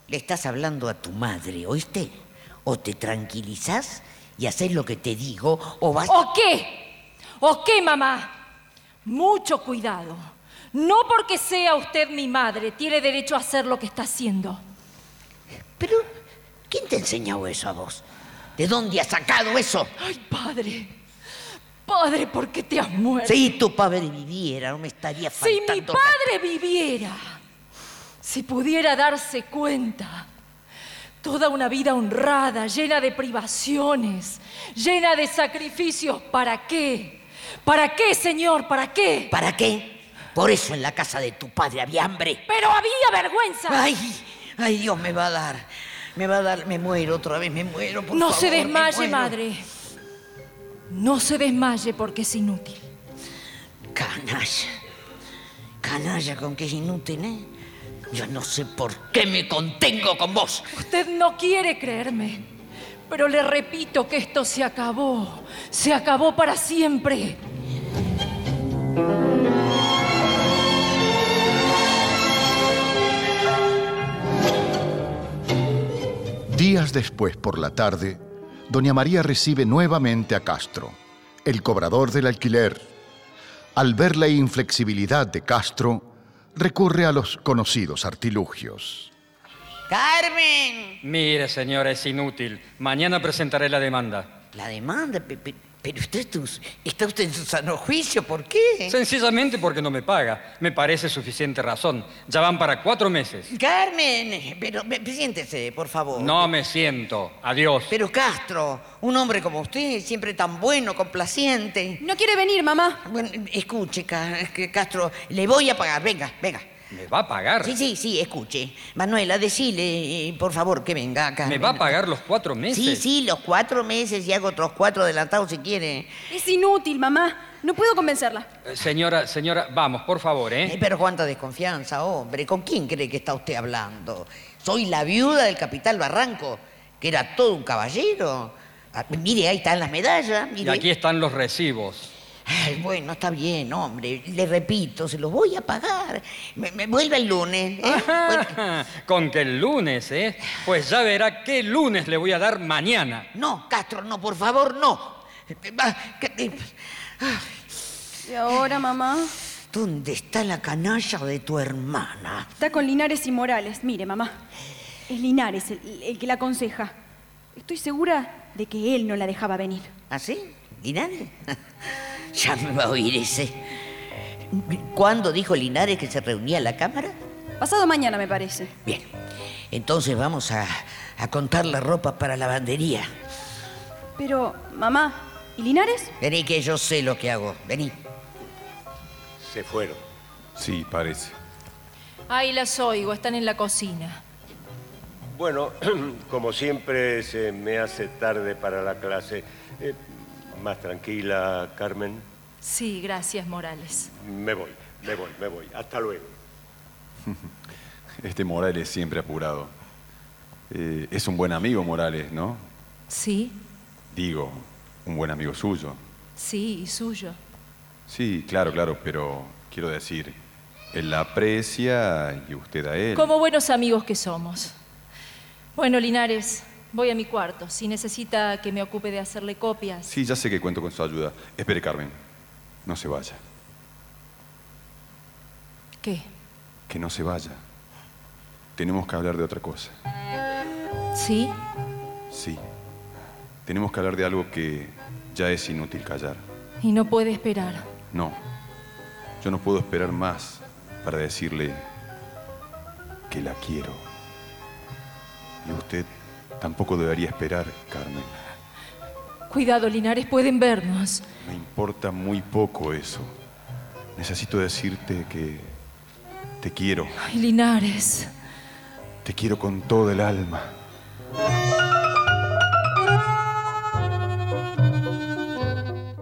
Speaker 6: Le estás hablando a tu madre, ¿oíste? O te tranquilizás y haces lo que te digo, o vas...
Speaker 3: ¿O qué? ¿O qué, mamá? Mucho cuidado. No porque sea usted mi madre, tiene derecho a hacer lo que está haciendo.
Speaker 6: ¿Quién te ha enseñado eso a vos? ¿De dónde has sacado eso?
Speaker 3: Ay, padre. Padre, ¿por qué te has muerto?
Speaker 6: Si tu padre viviera, no me estaría
Speaker 3: Si
Speaker 6: faltando...
Speaker 3: mi padre viviera, si pudiera darse cuenta, toda una vida honrada, llena de privaciones, llena de sacrificios, ¿para qué? ¿Para qué, señor? ¿Para qué?
Speaker 6: ¿Para qué? Por eso en la casa de tu padre había hambre.
Speaker 3: Pero había vergüenza.
Speaker 6: Ay, ay, Dios, me va a dar. Me va a dar, me muero otra vez, me muero. Por
Speaker 3: no
Speaker 6: favor,
Speaker 3: se
Speaker 6: me
Speaker 3: desmaye,
Speaker 6: muero.
Speaker 3: madre. No se desmaye porque es inútil.
Speaker 6: Canalla. Canalla con que es inútil, ¿eh? Yo no sé por qué me contengo con vos.
Speaker 3: Usted no quiere creerme, pero le repito que esto se acabó. Se acabó para siempre.
Speaker 1: Días después, por la tarde, doña María recibe nuevamente a Castro, el cobrador del alquiler. Al ver la inflexibilidad de Castro, recurre a los conocidos artilugios.
Speaker 2: Carmen.
Speaker 12: Mire, señora, es inútil. Mañana presentaré la demanda.
Speaker 6: La demanda, pe- pe- pero usted está en su- está usted en su sano juicio, ¿por qué?
Speaker 12: Sencillamente porque no me paga. Me parece suficiente razón. Ya van para cuatro meses.
Speaker 2: Carmen, pero ve- siéntese, por favor.
Speaker 12: No me siento. Adiós.
Speaker 2: Pero Castro, un hombre como usted, siempre tan bueno, complaciente.
Speaker 4: No quiere venir, mamá.
Speaker 2: Bueno, escuche, Ca- que Castro, le voy a pagar. Venga, venga.
Speaker 12: ¿Me va a pagar?
Speaker 2: Sí, sí, sí, escuche. Manuela, decile, eh, por favor, que venga acá.
Speaker 12: ¿Me va a pagar los cuatro meses?
Speaker 2: Sí, sí, los cuatro meses y hago otros cuatro adelantados si quiere.
Speaker 4: Es inútil, mamá. No puedo convencerla.
Speaker 12: Eh, Señora, señora, vamos, por favor, ¿eh?
Speaker 2: Eh, Pero cuánta desconfianza, hombre. ¿Con quién cree que está usted hablando? Soy la viuda del capitán Barranco, que era todo un caballero. Ah, mire, ahí están las medallas.
Speaker 12: Y
Speaker 2: Mire.
Speaker 12: aquí están los recibos.
Speaker 2: Ay, bueno, está bien, hombre. Le repito, se los voy a pagar. Me, me vuelve el lunes. ¿eh?
Speaker 12: Ajá, Con que el lunes, ¿eh? Pues ya verá qué lunes le voy a dar mañana.
Speaker 2: No, Castro, no, por favor, no. Ah, que- eh,
Speaker 4: ¿Y ahora, mamá?
Speaker 2: ¿Dónde está la canalla de tu hermana?
Speaker 4: Está con Linares y Morales. Mire, mamá. Es Linares el, el que la aconseja. Estoy segura de que él no la dejaba venir.
Speaker 2: ¿Ah, sí? ¿Linares? ya me va a oír ese. ¿Cuándo dijo Linares que se reunía la Cámara?
Speaker 4: Pasado mañana, me parece.
Speaker 2: Bien, entonces vamos a, a contar la ropa para lavandería.
Speaker 4: Pero, mamá, ¿y Linares?
Speaker 2: Vení que yo sé lo que hago. Vení.
Speaker 8: Se fueron.
Speaker 13: Sí, parece.
Speaker 3: Ahí las oigo, están en la cocina.
Speaker 8: Bueno, como siempre se me hace tarde para la clase. Eh, más tranquila, Carmen.
Speaker 3: Sí, gracias, Morales.
Speaker 8: Me voy, me voy, me voy. Hasta luego.
Speaker 13: Este Morales siempre apurado. Eh, es un buen amigo Morales, ¿no?
Speaker 3: Sí,
Speaker 13: Digo, un buen amigo suyo.
Speaker 3: sí, y suyo.
Speaker 13: Sí, claro, claro, pero quiero decir, él la aprecia y usted a él.
Speaker 3: Como buenos amigos que somos. Bueno, Linares, voy a mi cuarto. Si necesita que me ocupe de hacerle copias.
Speaker 13: Sí, ya sé que cuento con su ayuda. Espere, Carmen, no se vaya,
Speaker 3: ¿Qué?
Speaker 13: que no se vaya. Tenemos que hablar de otra cosa.
Speaker 3: ¿Sí?
Speaker 13: Sí, tenemos que hablar de algo que ya es inútil callar.
Speaker 3: Y no puede esperar.
Speaker 13: No, yo no puedo esperar más para decirle que la quiero. Y usted tampoco debería esperar, Carmen.
Speaker 3: Cuidado, Linares, pueden vernos.
Speaker 13: Me importa muy poco eso. Necesito decirte que te quiero.
Speaker 3: Ay, Linares.
Speaker 13: Te quiero con todo el alma.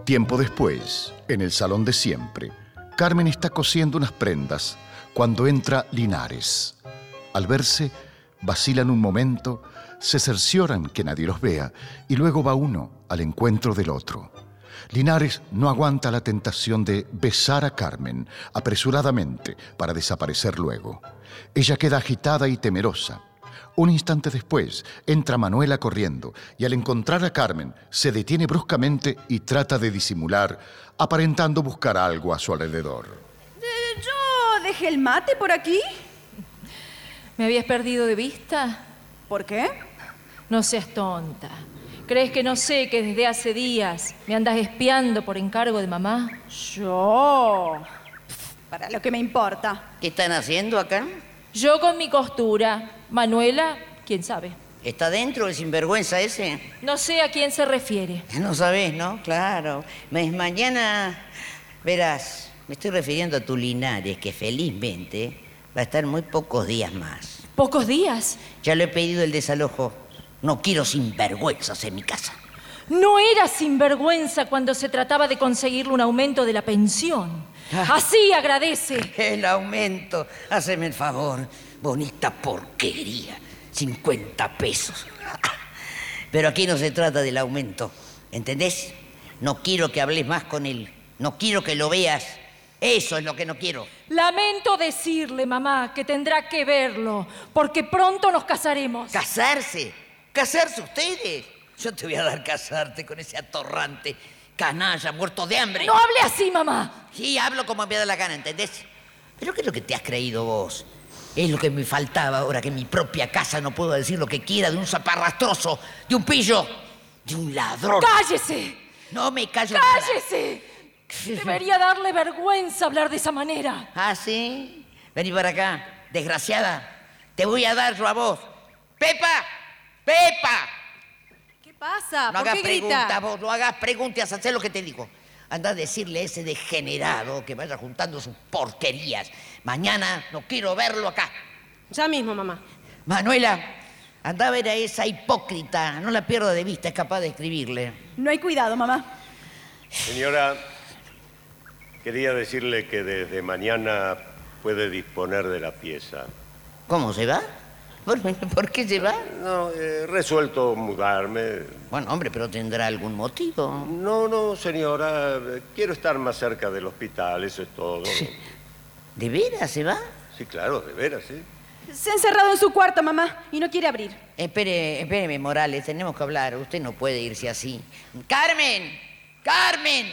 Speaker 1: Tiempo después, en el salón de siempre, Carmen está cosiendo unas prendas cuando entra Linares. Al verse, vacilan un momento, se cercioran que nadie los vea y luego va uno al encuentro del otro. Linares no aguanta la tentación de besar a Carmen apresuradamente para desaparecer luego. Ella queda agitada y temerosa. Un instante después entra Manuela corriendo y al encontrar a Carmen se detiene bruscamente y trata de disimular, aparentando buscar algo a su alrededor.
Speaker 4: Eh, ¿Yo dejé el mate por aquí?
Speaker 3: ¿Me habías perdido de vista?
Speaker 4: ¿Por qué?
Speaker 3: No seas tonta. ¿Crees que no sé que desde hace días me andas espiando por encargo de mamá?
Speaker 4: Yo. Para lo que me importa.
Speaker 2: ¿Qué están haciendo acá?
Speaker 3: Yo con mi costura. Manuela, quién sabe.
Speaker 2: ¿Está dentro el sinvergüenza ese?
Speaker 3: No sé a quién se refiere.
Speaker 2: No sabés, ¿no? Claro. Mes mañana, verás, me estoy refiriendo a tu Linares, que felizmente va a estar muy pocos días más.
Speaker 3: ¿Pocos días?
Speaker 2: Ya le he pedido el desalojo. No quiero sinvergüenzas en mi casa.
Speaker 3: No era sinvergüenza cuando se trataba de conseguirle un aumento de la pensión.
Speaker 2: Ah.
Speaker 3: Así agradece.
Speaker 2: El aumento, haceme el favor. Bonita porquería. 50 pesos. Pero aquí no se trata del aumento. ¿Entendés? No quiero que hables más con él. No quiero que lo veas. Eso es lo que no quiero.
Speaker 3: Lamento decirle, mamá, que tendrá que verlo, porque pronto nos casaremos.
Speaker 2: ¿Casarse? ¿Casarse ustedes? Yo te voy a dar casarte con ese atorrante canalla muerto de hambre.
Speaker 3: No hable así, mamá.
Speaker 2: Sí, hablo como me da la gana, ¿entendés? Pero ¿qué es lo que te has creído vos? Es lo que me faltaba ahora que en mi propia casa no puedo decir lo que quiera de un zaparrastroso, de un pillo, de un ladrón.
Speaker 3: ¡Cállese!
Speaker 2: No me callo. nada.
Speaker 3: ¡Cállese! Debería darle vergüenza hablar de esa manera.
Speaker 2: ¿Ah, sí? Vení para acá, desgraciada. Te voy a dar yo a vos. ¡Pepa! ¡Pepa!
Speaker 7: ¿Qué
Speaker 4: Ah,
Speaker 7: pasa?
Speaker 2: No
Speaker 7: ¿Por
Speaker 2: hagas
Speaker 7: qué grita?
Speaker 2: preguntas, vos, no hagas preguntas, hacé lo que te digo. Anda a decirle a ese degenerado que vaya juntando sus porquerías. Mañana no quiero verlo acá.
Speaker 7: Ya mismo, mamá.
Speaker 2: Manuela, anda a ver a esa hipócrita. No la pierda de vista, es capaz de escribirle.
Speaker 4: No hay cuidado, mamá.
Speaker 8: Señora, quería decirle que desde mañana puede disponer de la pieza.
Speaker 2: ¿Cómo se va? ¿Por, por qué se va?
Speaker 8: No, he resuelto mudarme.
Speaker 2: Bueno, hombre, pero tendrá algún motivo.
Speaker 8: No, no, señora, eh, quiero estar más cerca del hospital, eso es todo.
Speaker 2: ¿De veras se va?
Speaker 8: Sí, claro, de veras, sí.
Speaker 4: Se ha encerrado en su cuarto, mamá, y no quiere abrir.
Speaker 2: Espere, espéreme, Morales, tenemos que hablar. Usted no puede irse así. ¡Carmen! ¡Carmen!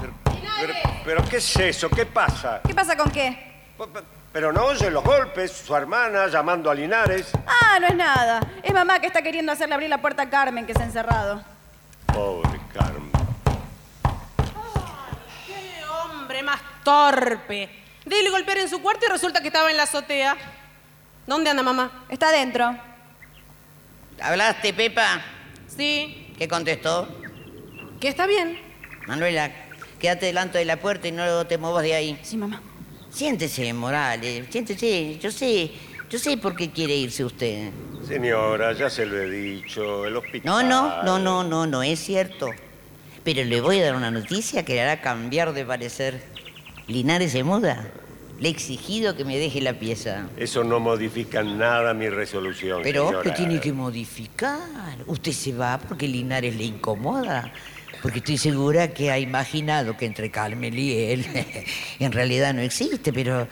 Speaker 8: Pero, pero ¿qué es eso? ¿Qué pasa?
Speaker 4: ¿Qué pasa con qué?
Speaker 8: Pero no oye los golpes, su hermana llamando a Linares.
Speaker 4: Ah, no es nada. Es mamá que está queriendo hacerle abrir la puerta a Carmen, que se ha encerrado.
Speaker 8: Pobre Carmen.
Speaker 7: ¡Qué hombre más torpe! Dile golpear en su cuarto y resulta que estaba en la azotea. ¿Dónde anda mamá?
Speaker 4: Está adentro.
Speaker 2: ¿Hablaste, Pepa?
Speaker 7: Sí.
Speaker 2: ¿Qué contestó?
Speaker 7: Que está bien.
Speaker 2: Manuela, quédate delante de la puerta y no te movas de ahí.
Speaker 4: Sí, mamá.
Speaker 2: Siéntese, Morales, siéntese. Yo sé, yo sé por qué quiere irse usted.
Speaker 8: Señora, ya se lo he dicho, el
Speaker 2: No,
Speaker 8: hospital.
Speaker 2: no, no, no, no, no es cierto. Pero le voy a dar una noticia que le hará cambiar de parecer. Linares se muda. Le he exigido que me deje la pieza.
Speaker 8: Eso no modifica nada mi resolución.
Speaker 2: Pero
Speaker 8: señora.
Speaker 2: usted tiene que modificar. Usted se va porque Linares le incomoda. Porque estoy segura que ha imaginado que entre Carmel y él en realidad no existe, pero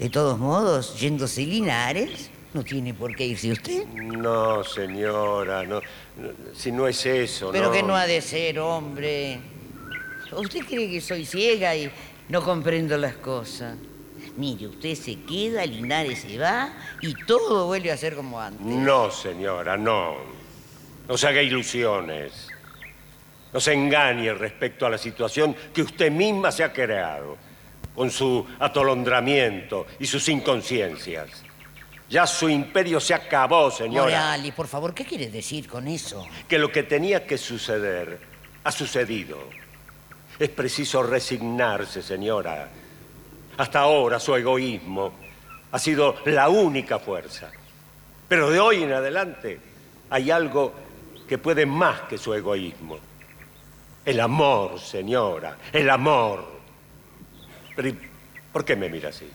Speaker 2: de todos modos, yéndose Linares, no tiene por qué irse usted.
Speaker 8: No, señora, no. no, Si no es eso,
Speaker 2: Pero
Speaker 8: no.
Speaker 2: que no ha de ser, hombre. ¿Usted cree que soy ciega y no comprendo las cosas? Mire, usted se queda, Linares se va y todo vuelve a ser como antes.
Speaker 8: No, señora, no. No se haga ilusiones. No se engañe respecto a la situación que usted misma se ha creado, con su atolondramiento y sus inconsciencias. Ya su imperio se acabó, señora.
Speaker 2: Morales, por favor, ¿qué quiere decir con eso?
Speaker 8: Que lo que tenía que suceder ha sucedido. Es preciso resignarse, señora. Hasta ahora su egoísmo ha sido la única fuerza. Pero de hoy en adelante hay algo que puede más que su egoísmo. El amor, señora, el amor. Pero, ¿y ¿por qué me mira así?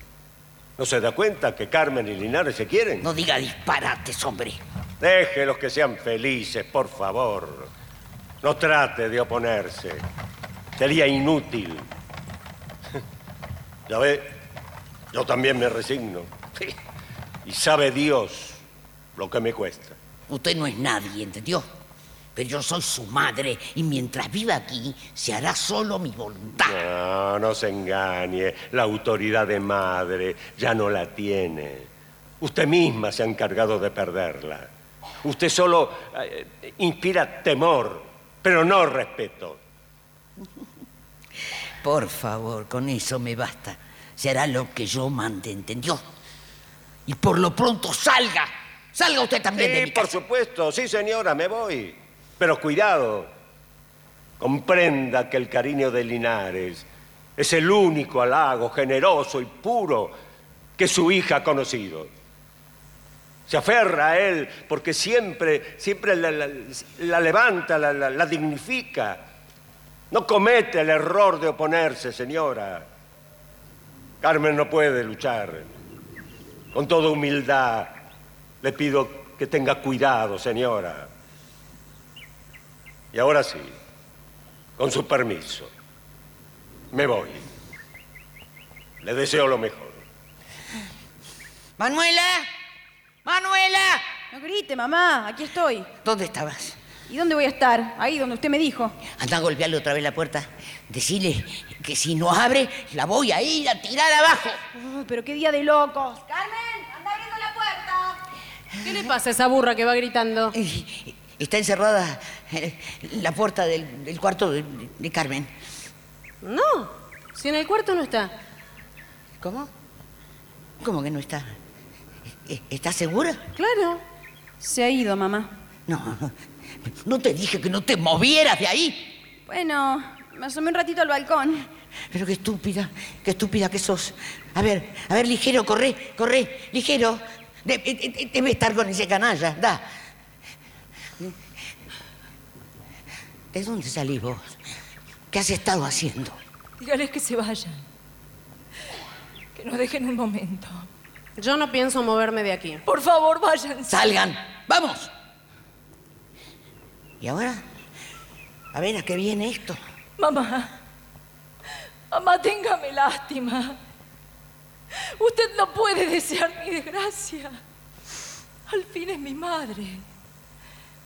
Speaker 8: ¿No se da cuenta que Carmen y Linares se quieren?
Speaker 2: No diga disparates, hombre.
Speaker 8: Déjelos que sean felices, por favor. No trate de oponerse. Sería inútil. Ya ve, yo también me resigno. Y sabe Dios lo que me cuesta.
Speaker 2: Usted no es nadie, ¿entendió? Pero yo soy su madre y mientras viva aquí se hará solo mi voluntad.
Speaker 8: No, no se engañe. La autoridad de madre ya no la tiene. Usted misma se ha encargado de perderla. Usted solo eh, inspira temor, pero no respeto.
Speaker 2: Por favor, con eso me basta. Se hará lo que yo mande, ¿entendió? Y por lo pronto salga. Salga usted también de
Speaker 8: Sí,
Speaker 2: mi
Speaker 8: por supuesto. Sí, señora, me voy. Pero cuidado. Comprenda que el cariño de Linares es el único halago generoso y puro que su hija ha conocido. Se aferra a él porque siempre, siempre la, la- la levanta, la- la- la dignifica. No comete el error de oponerse, señora. Carmen no puede luchar. Con toda humildad le pido que tenga cuidado, señora. Y ahora sí, con su permiso, me voy. Le deseo lo mejor.
Speaker 4: ¡Manuela! ¡Manuela! No grite, mamá. Aquí estoy.
Speaker 2: ¿Dónde estabas?
Speaker 4: ¿Y dónde voy a estar? Ahí donde usted me dijo.
Speaker 2: Anda a golpearle otra vez la puerta. Decirle que si no abre, la voy a ir a tirar abajo.
Speaker 4: Uy, pero qué día de locos.
Speaker 7: ¿Qué le pasa a esa burra que va gritando?
Speaker 2: Está encerrada eh, la puerta del, del cuarto de, de Carmen.
Speaker 7: No, si en el cuarto no está.
Speaker 2: ¿Cómo? ¿Cómo que no está? ¿E- ¿Estás segura?
Speaker 7: Claro.
Speaker 4: Se ha ido, mamá.
Speaker 2: No, no. no te dije que no te movieras de ahí.
Speaker 4: Bueno, me asomé un ratito al balcón.
Speaker 2: Pero qué estúpida, qué estúpida que sos. A ver, a ver, ligero, corre, corre, ligero. De- de- de- debe estar con ese canalla, da. ¿De dónde salís vos? ¿Qué has estado haciendo?
Speaker 3: Dígales que se vayan. Que nos dejen un momento.
Speaker 7: Yo no pienso moverme de aquí.
Speaker 3: Por favor, váyanse.
Speaker 2: ¡Salgan! ¡Vamos! ¿Y ahora? A ver, ¿a qué viene esto?
Speaker 3: Mamá, mamá, téngame lástima. Usted no puede desear mi desgracia. Al fin es mi madre.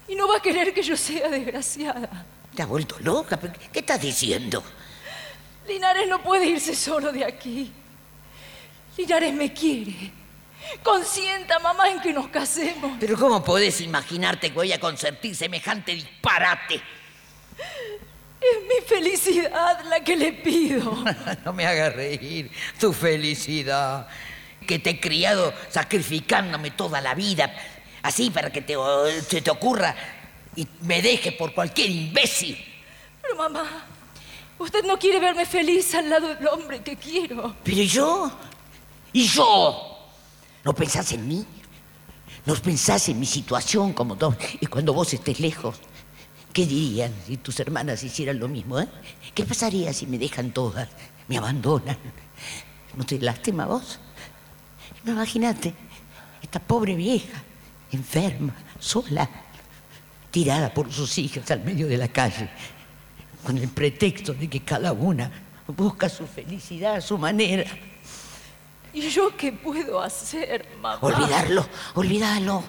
Speaker 3: Y no va a querer que yo sea desgraciada.
Speaker 2: ¿Te has vuelto loca? ¿Pero ¿Qué estás diciendo?
Speaker 3: Linares no puede irse solo de aquí. Linares me quiere. Consienta, mamá, en que nos casemos.
Speaker 2: ¿Pero cómo podés imaginarte que voy a consentir semejante disparate?
Speaker 3: Es mi felicidad la que le pido.
Speaker 2: No me hagas reír, tu felicidad. Que te he criado sacrificándome toda la vida, así para que te, se te ocurra y me dejes por cualquier imbécil.
Speaker 3: Pero mamá, usted no quiere verme feliz al lado del hombre que quiero.
Speaker 2: Pero ¿y yo, y yo, ¿no pensás en mí? ¿No pensás en mi situación como dos? Y cuando vos estés lejos, ¿qué dirían si tus hermanas hicieran lo mismo? eh? ¿Qué pasaría si me dejan todas? ¿Me abandonan? ¿No te lástima a vos? No, Imagínate, esta pobre vieja, enferma, sola, tirada por sus hijas al medio de la calle, con el pretexto de que cada una busca su felicidad a su manera.
Speaker 3: ¿Y yo qué puedo hacer, mamá?
Speaker 2: Olvidarlo, olvidarlo.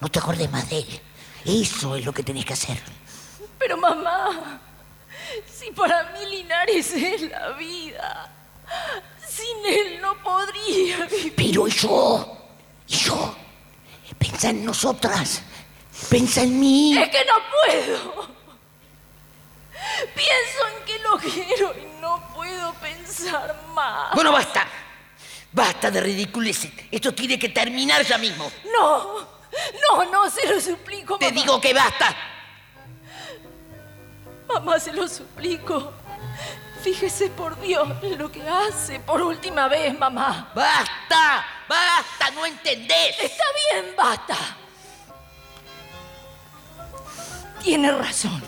Speaker 2: No te acordes más de él. Eso es lo que tenés que hacer.
Speaker 3: Pero mamá, si para mí Linares es la vida, sin él no podría vivir.
Speaker 2: Pero ¿y yo, ¿Y yo, piensa en nosotras, piensa en mí.
Speaker 3: Es que no puedo. Pienso en que lo quiero y no puedo pensar más.
Speaker 2: Bueno, basta. Basta de ridiculeces. Esto tiene que terminar ya mismo.
Speaker 3: No, no, no, se lo suplico,
Speaker 2: Te
Speaker 3: mamá.
Speaker 2: digo que basta.
Speaker 3: Mamá, se lo suplico. Fíjese por Dios lo que hace por última vez, mamá.
Speaker 2: ¡Basta! ¡Basta! ¡No entendés!
Speaker 3: Está bien, basta. Tiene razón.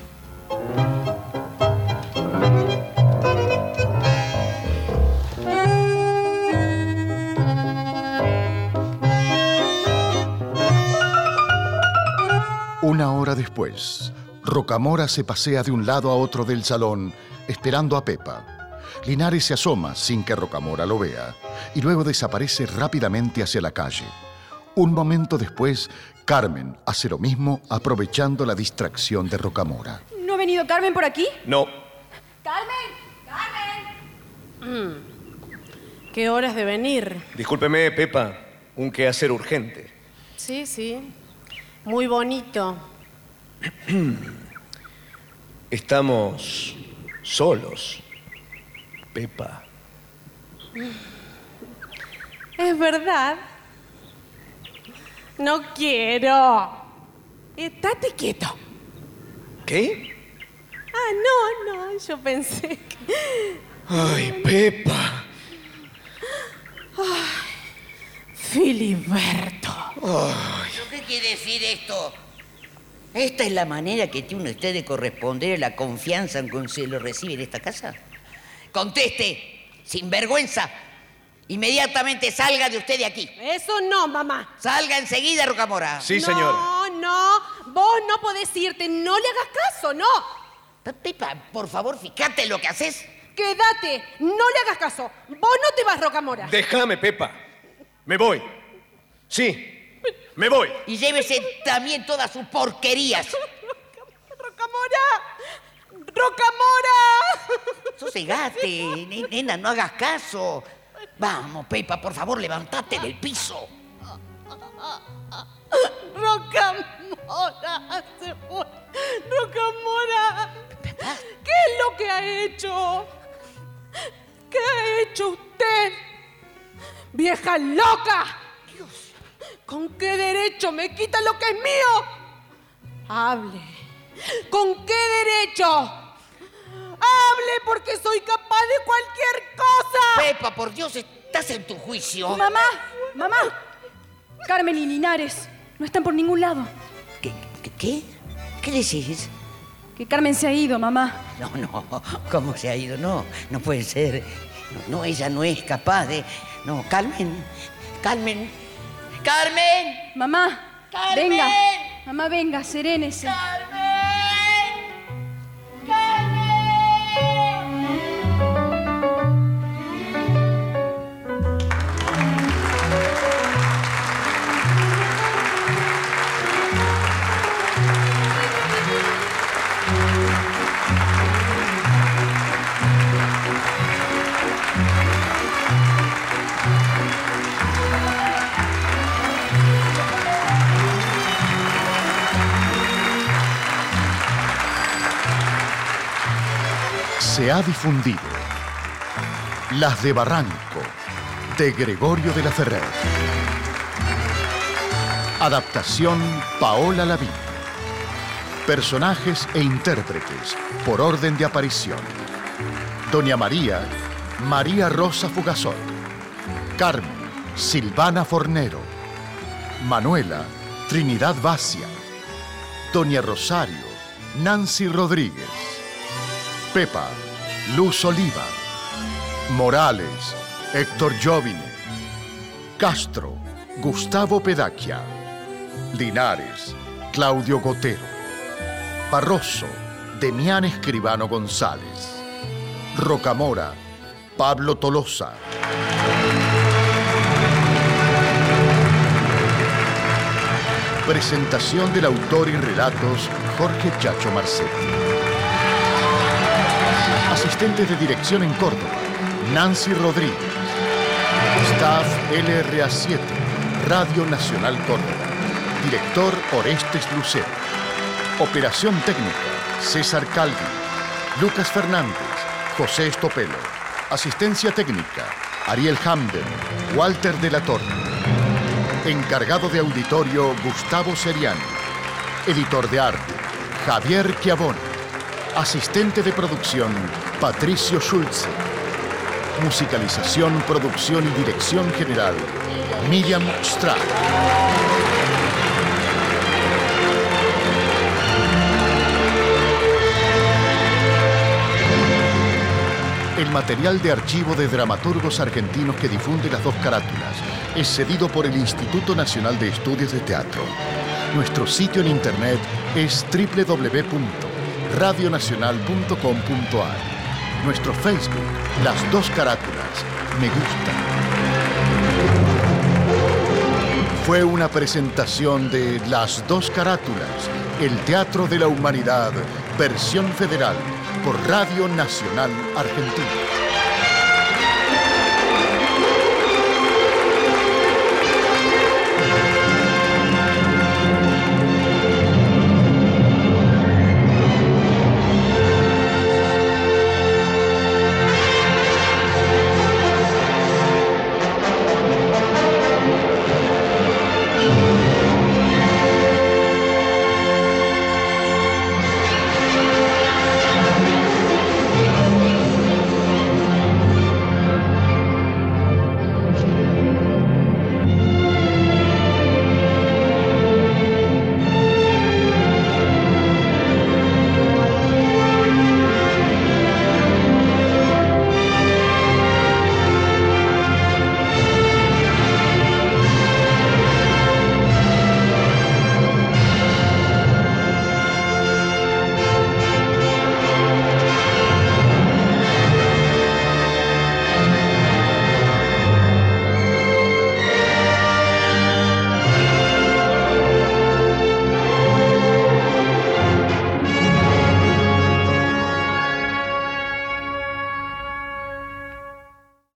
Speaker 1: después, Rocamora se pasea de un lado a otro del salón, esperando a Pepa. Linares se asoma sin que Rocamora lo vea y luego desaparece rápidamente hacia la calle. Un momento después, Carmen hace lo mismo aprovechando la distracción de Rocamora.
Speaker 4: ¿No ha venido Carmen por aquí?
Speaker 13: No,
Speaker 16: ¡Carmen! ¡Carmen!
Speaker 7: Mm. ¿Qué horas de venir?
Speaker 14: discúlpeme, Pepa, un quehacer urgente.
Speaker 7: Sí, sí. Muy bonito.
Speaker 14: Estamos solos, Pepa.
Speaker 7: Es verdad. No quiero. Estate quieto.
Speaker 14: ¿Qué?
Speaker 7: Ah, no, no, yo pensé que...
Speaker 14: Ay, Pepa.
Speaker 7: Filiberto.
Speaker 6: ¿Pero qué quiere decir esto? ¿Esta es la manera que tiene usted de corresponder a la confianza con que se lo recibe en esta casa? Conteste, sin vergüenza. Inmediatamente salga de usted de aquí.
Speaker 7: Eso no, mamá.
Speaker 6: Salga enseguida, Rocamora.
Speaker 14: Sí, señora.
Speaker 7: No, no, vos no podés irte, no le hagas caso, no.
Speaker 6: Pepa, por favor, fíjate lo que haces.
Speaker 7: Quédate, no le hagas caso. Vos no te vas, Rocamora.
Speaker 14: Déjame, Pepa. Me voy. Sí, me voy.
Speaker 6: Y llévese también todas sus porquerías.
Speaker 7: ¡Rocamora! ¡Rocamora!
Speaker 6: Sosegate, ne- nena, no hagas caso. Vamos, Pepa, por favor, levantate del piso.
Speaker 7: Rocamora se fue. Rocamora. ¿Qué es lo que ha hecho? ¿Qué ha hecho usted? Vieja loca. ¿Con qué derecho me quita lo que es mío? Hable. ¿Con qué derecho? Hable porque soy capaz de cualquier cosa.
Speaker 6: Pepa, por Dios, estás en tu juicio.
Speaker 4: Mamá, mamá. Carmen y Linares no están por ningún lado.
Speaker 6: ¿Qué- ¿Qué? ¿Qué decís?
Speaker 4: Que Carmen se ha ido, mamá.
Speaker 6: No, no, ¿cómo se ha ido? No, no puede ser. No, no, ella no es capaz de. No, Carmen, Carmen, Carmen.
Speaker 4: Mamá,
Speaker 6: ¡Carmen!
Speaker 4: venga. Mamá, venga, serénese.
Speaker 1: Se ha difundido Las de Barranco de Gregorio de la Ferrer. Adaptación Paola Lavín. Personajes e intérpretes por orden de aparición. Doña María, María Rosa Fugazot. Carmen, Silvana Fornero. Manuela, Trinidad Vacia. Doña Rosario, Nancy Rodríguez. Pepa, Luz Oliva, Morales, Héctor Jovine, Castro, Gustavo Pedacchia, Linares, Claudio Gotero, Barroso, Demián Escribano González, Rocamora, Pablo Tolosa. Presentación del autor y relatos Jorge Chacho Marcetti. Asistentes de dirección en Córdoba, Nancy Rodríguez. Staff LRA7, Radio Nacional Córdoba. Director Orestes Lucero. Operación técnica, César Calvi. Lucas Fernández, José Estopelo. Asistencia técnica, Ariel Hamden, Walter de la Torre. Encargado de auditorio, Gustavo Seriani. Editor de arte, Javier Chiavone. Asistente de producción, Patricio Schulze. Musicalización, producción y dirección general, Miriam Strack. El material de archivo de dramaturgos argentinos que difunde las dos carátulas es cedido por el Instituto Nacional de Estudios de Teatro. Nuestro sitio en internet es www.radionacional.com.ar. Nuestro Facebook, Las Dos Carátulas. Me gusta. Fue una presentación de Las Dos Carátulas, el Teatro de la Humanidad, versión federal, por Radio Nacional Argentina.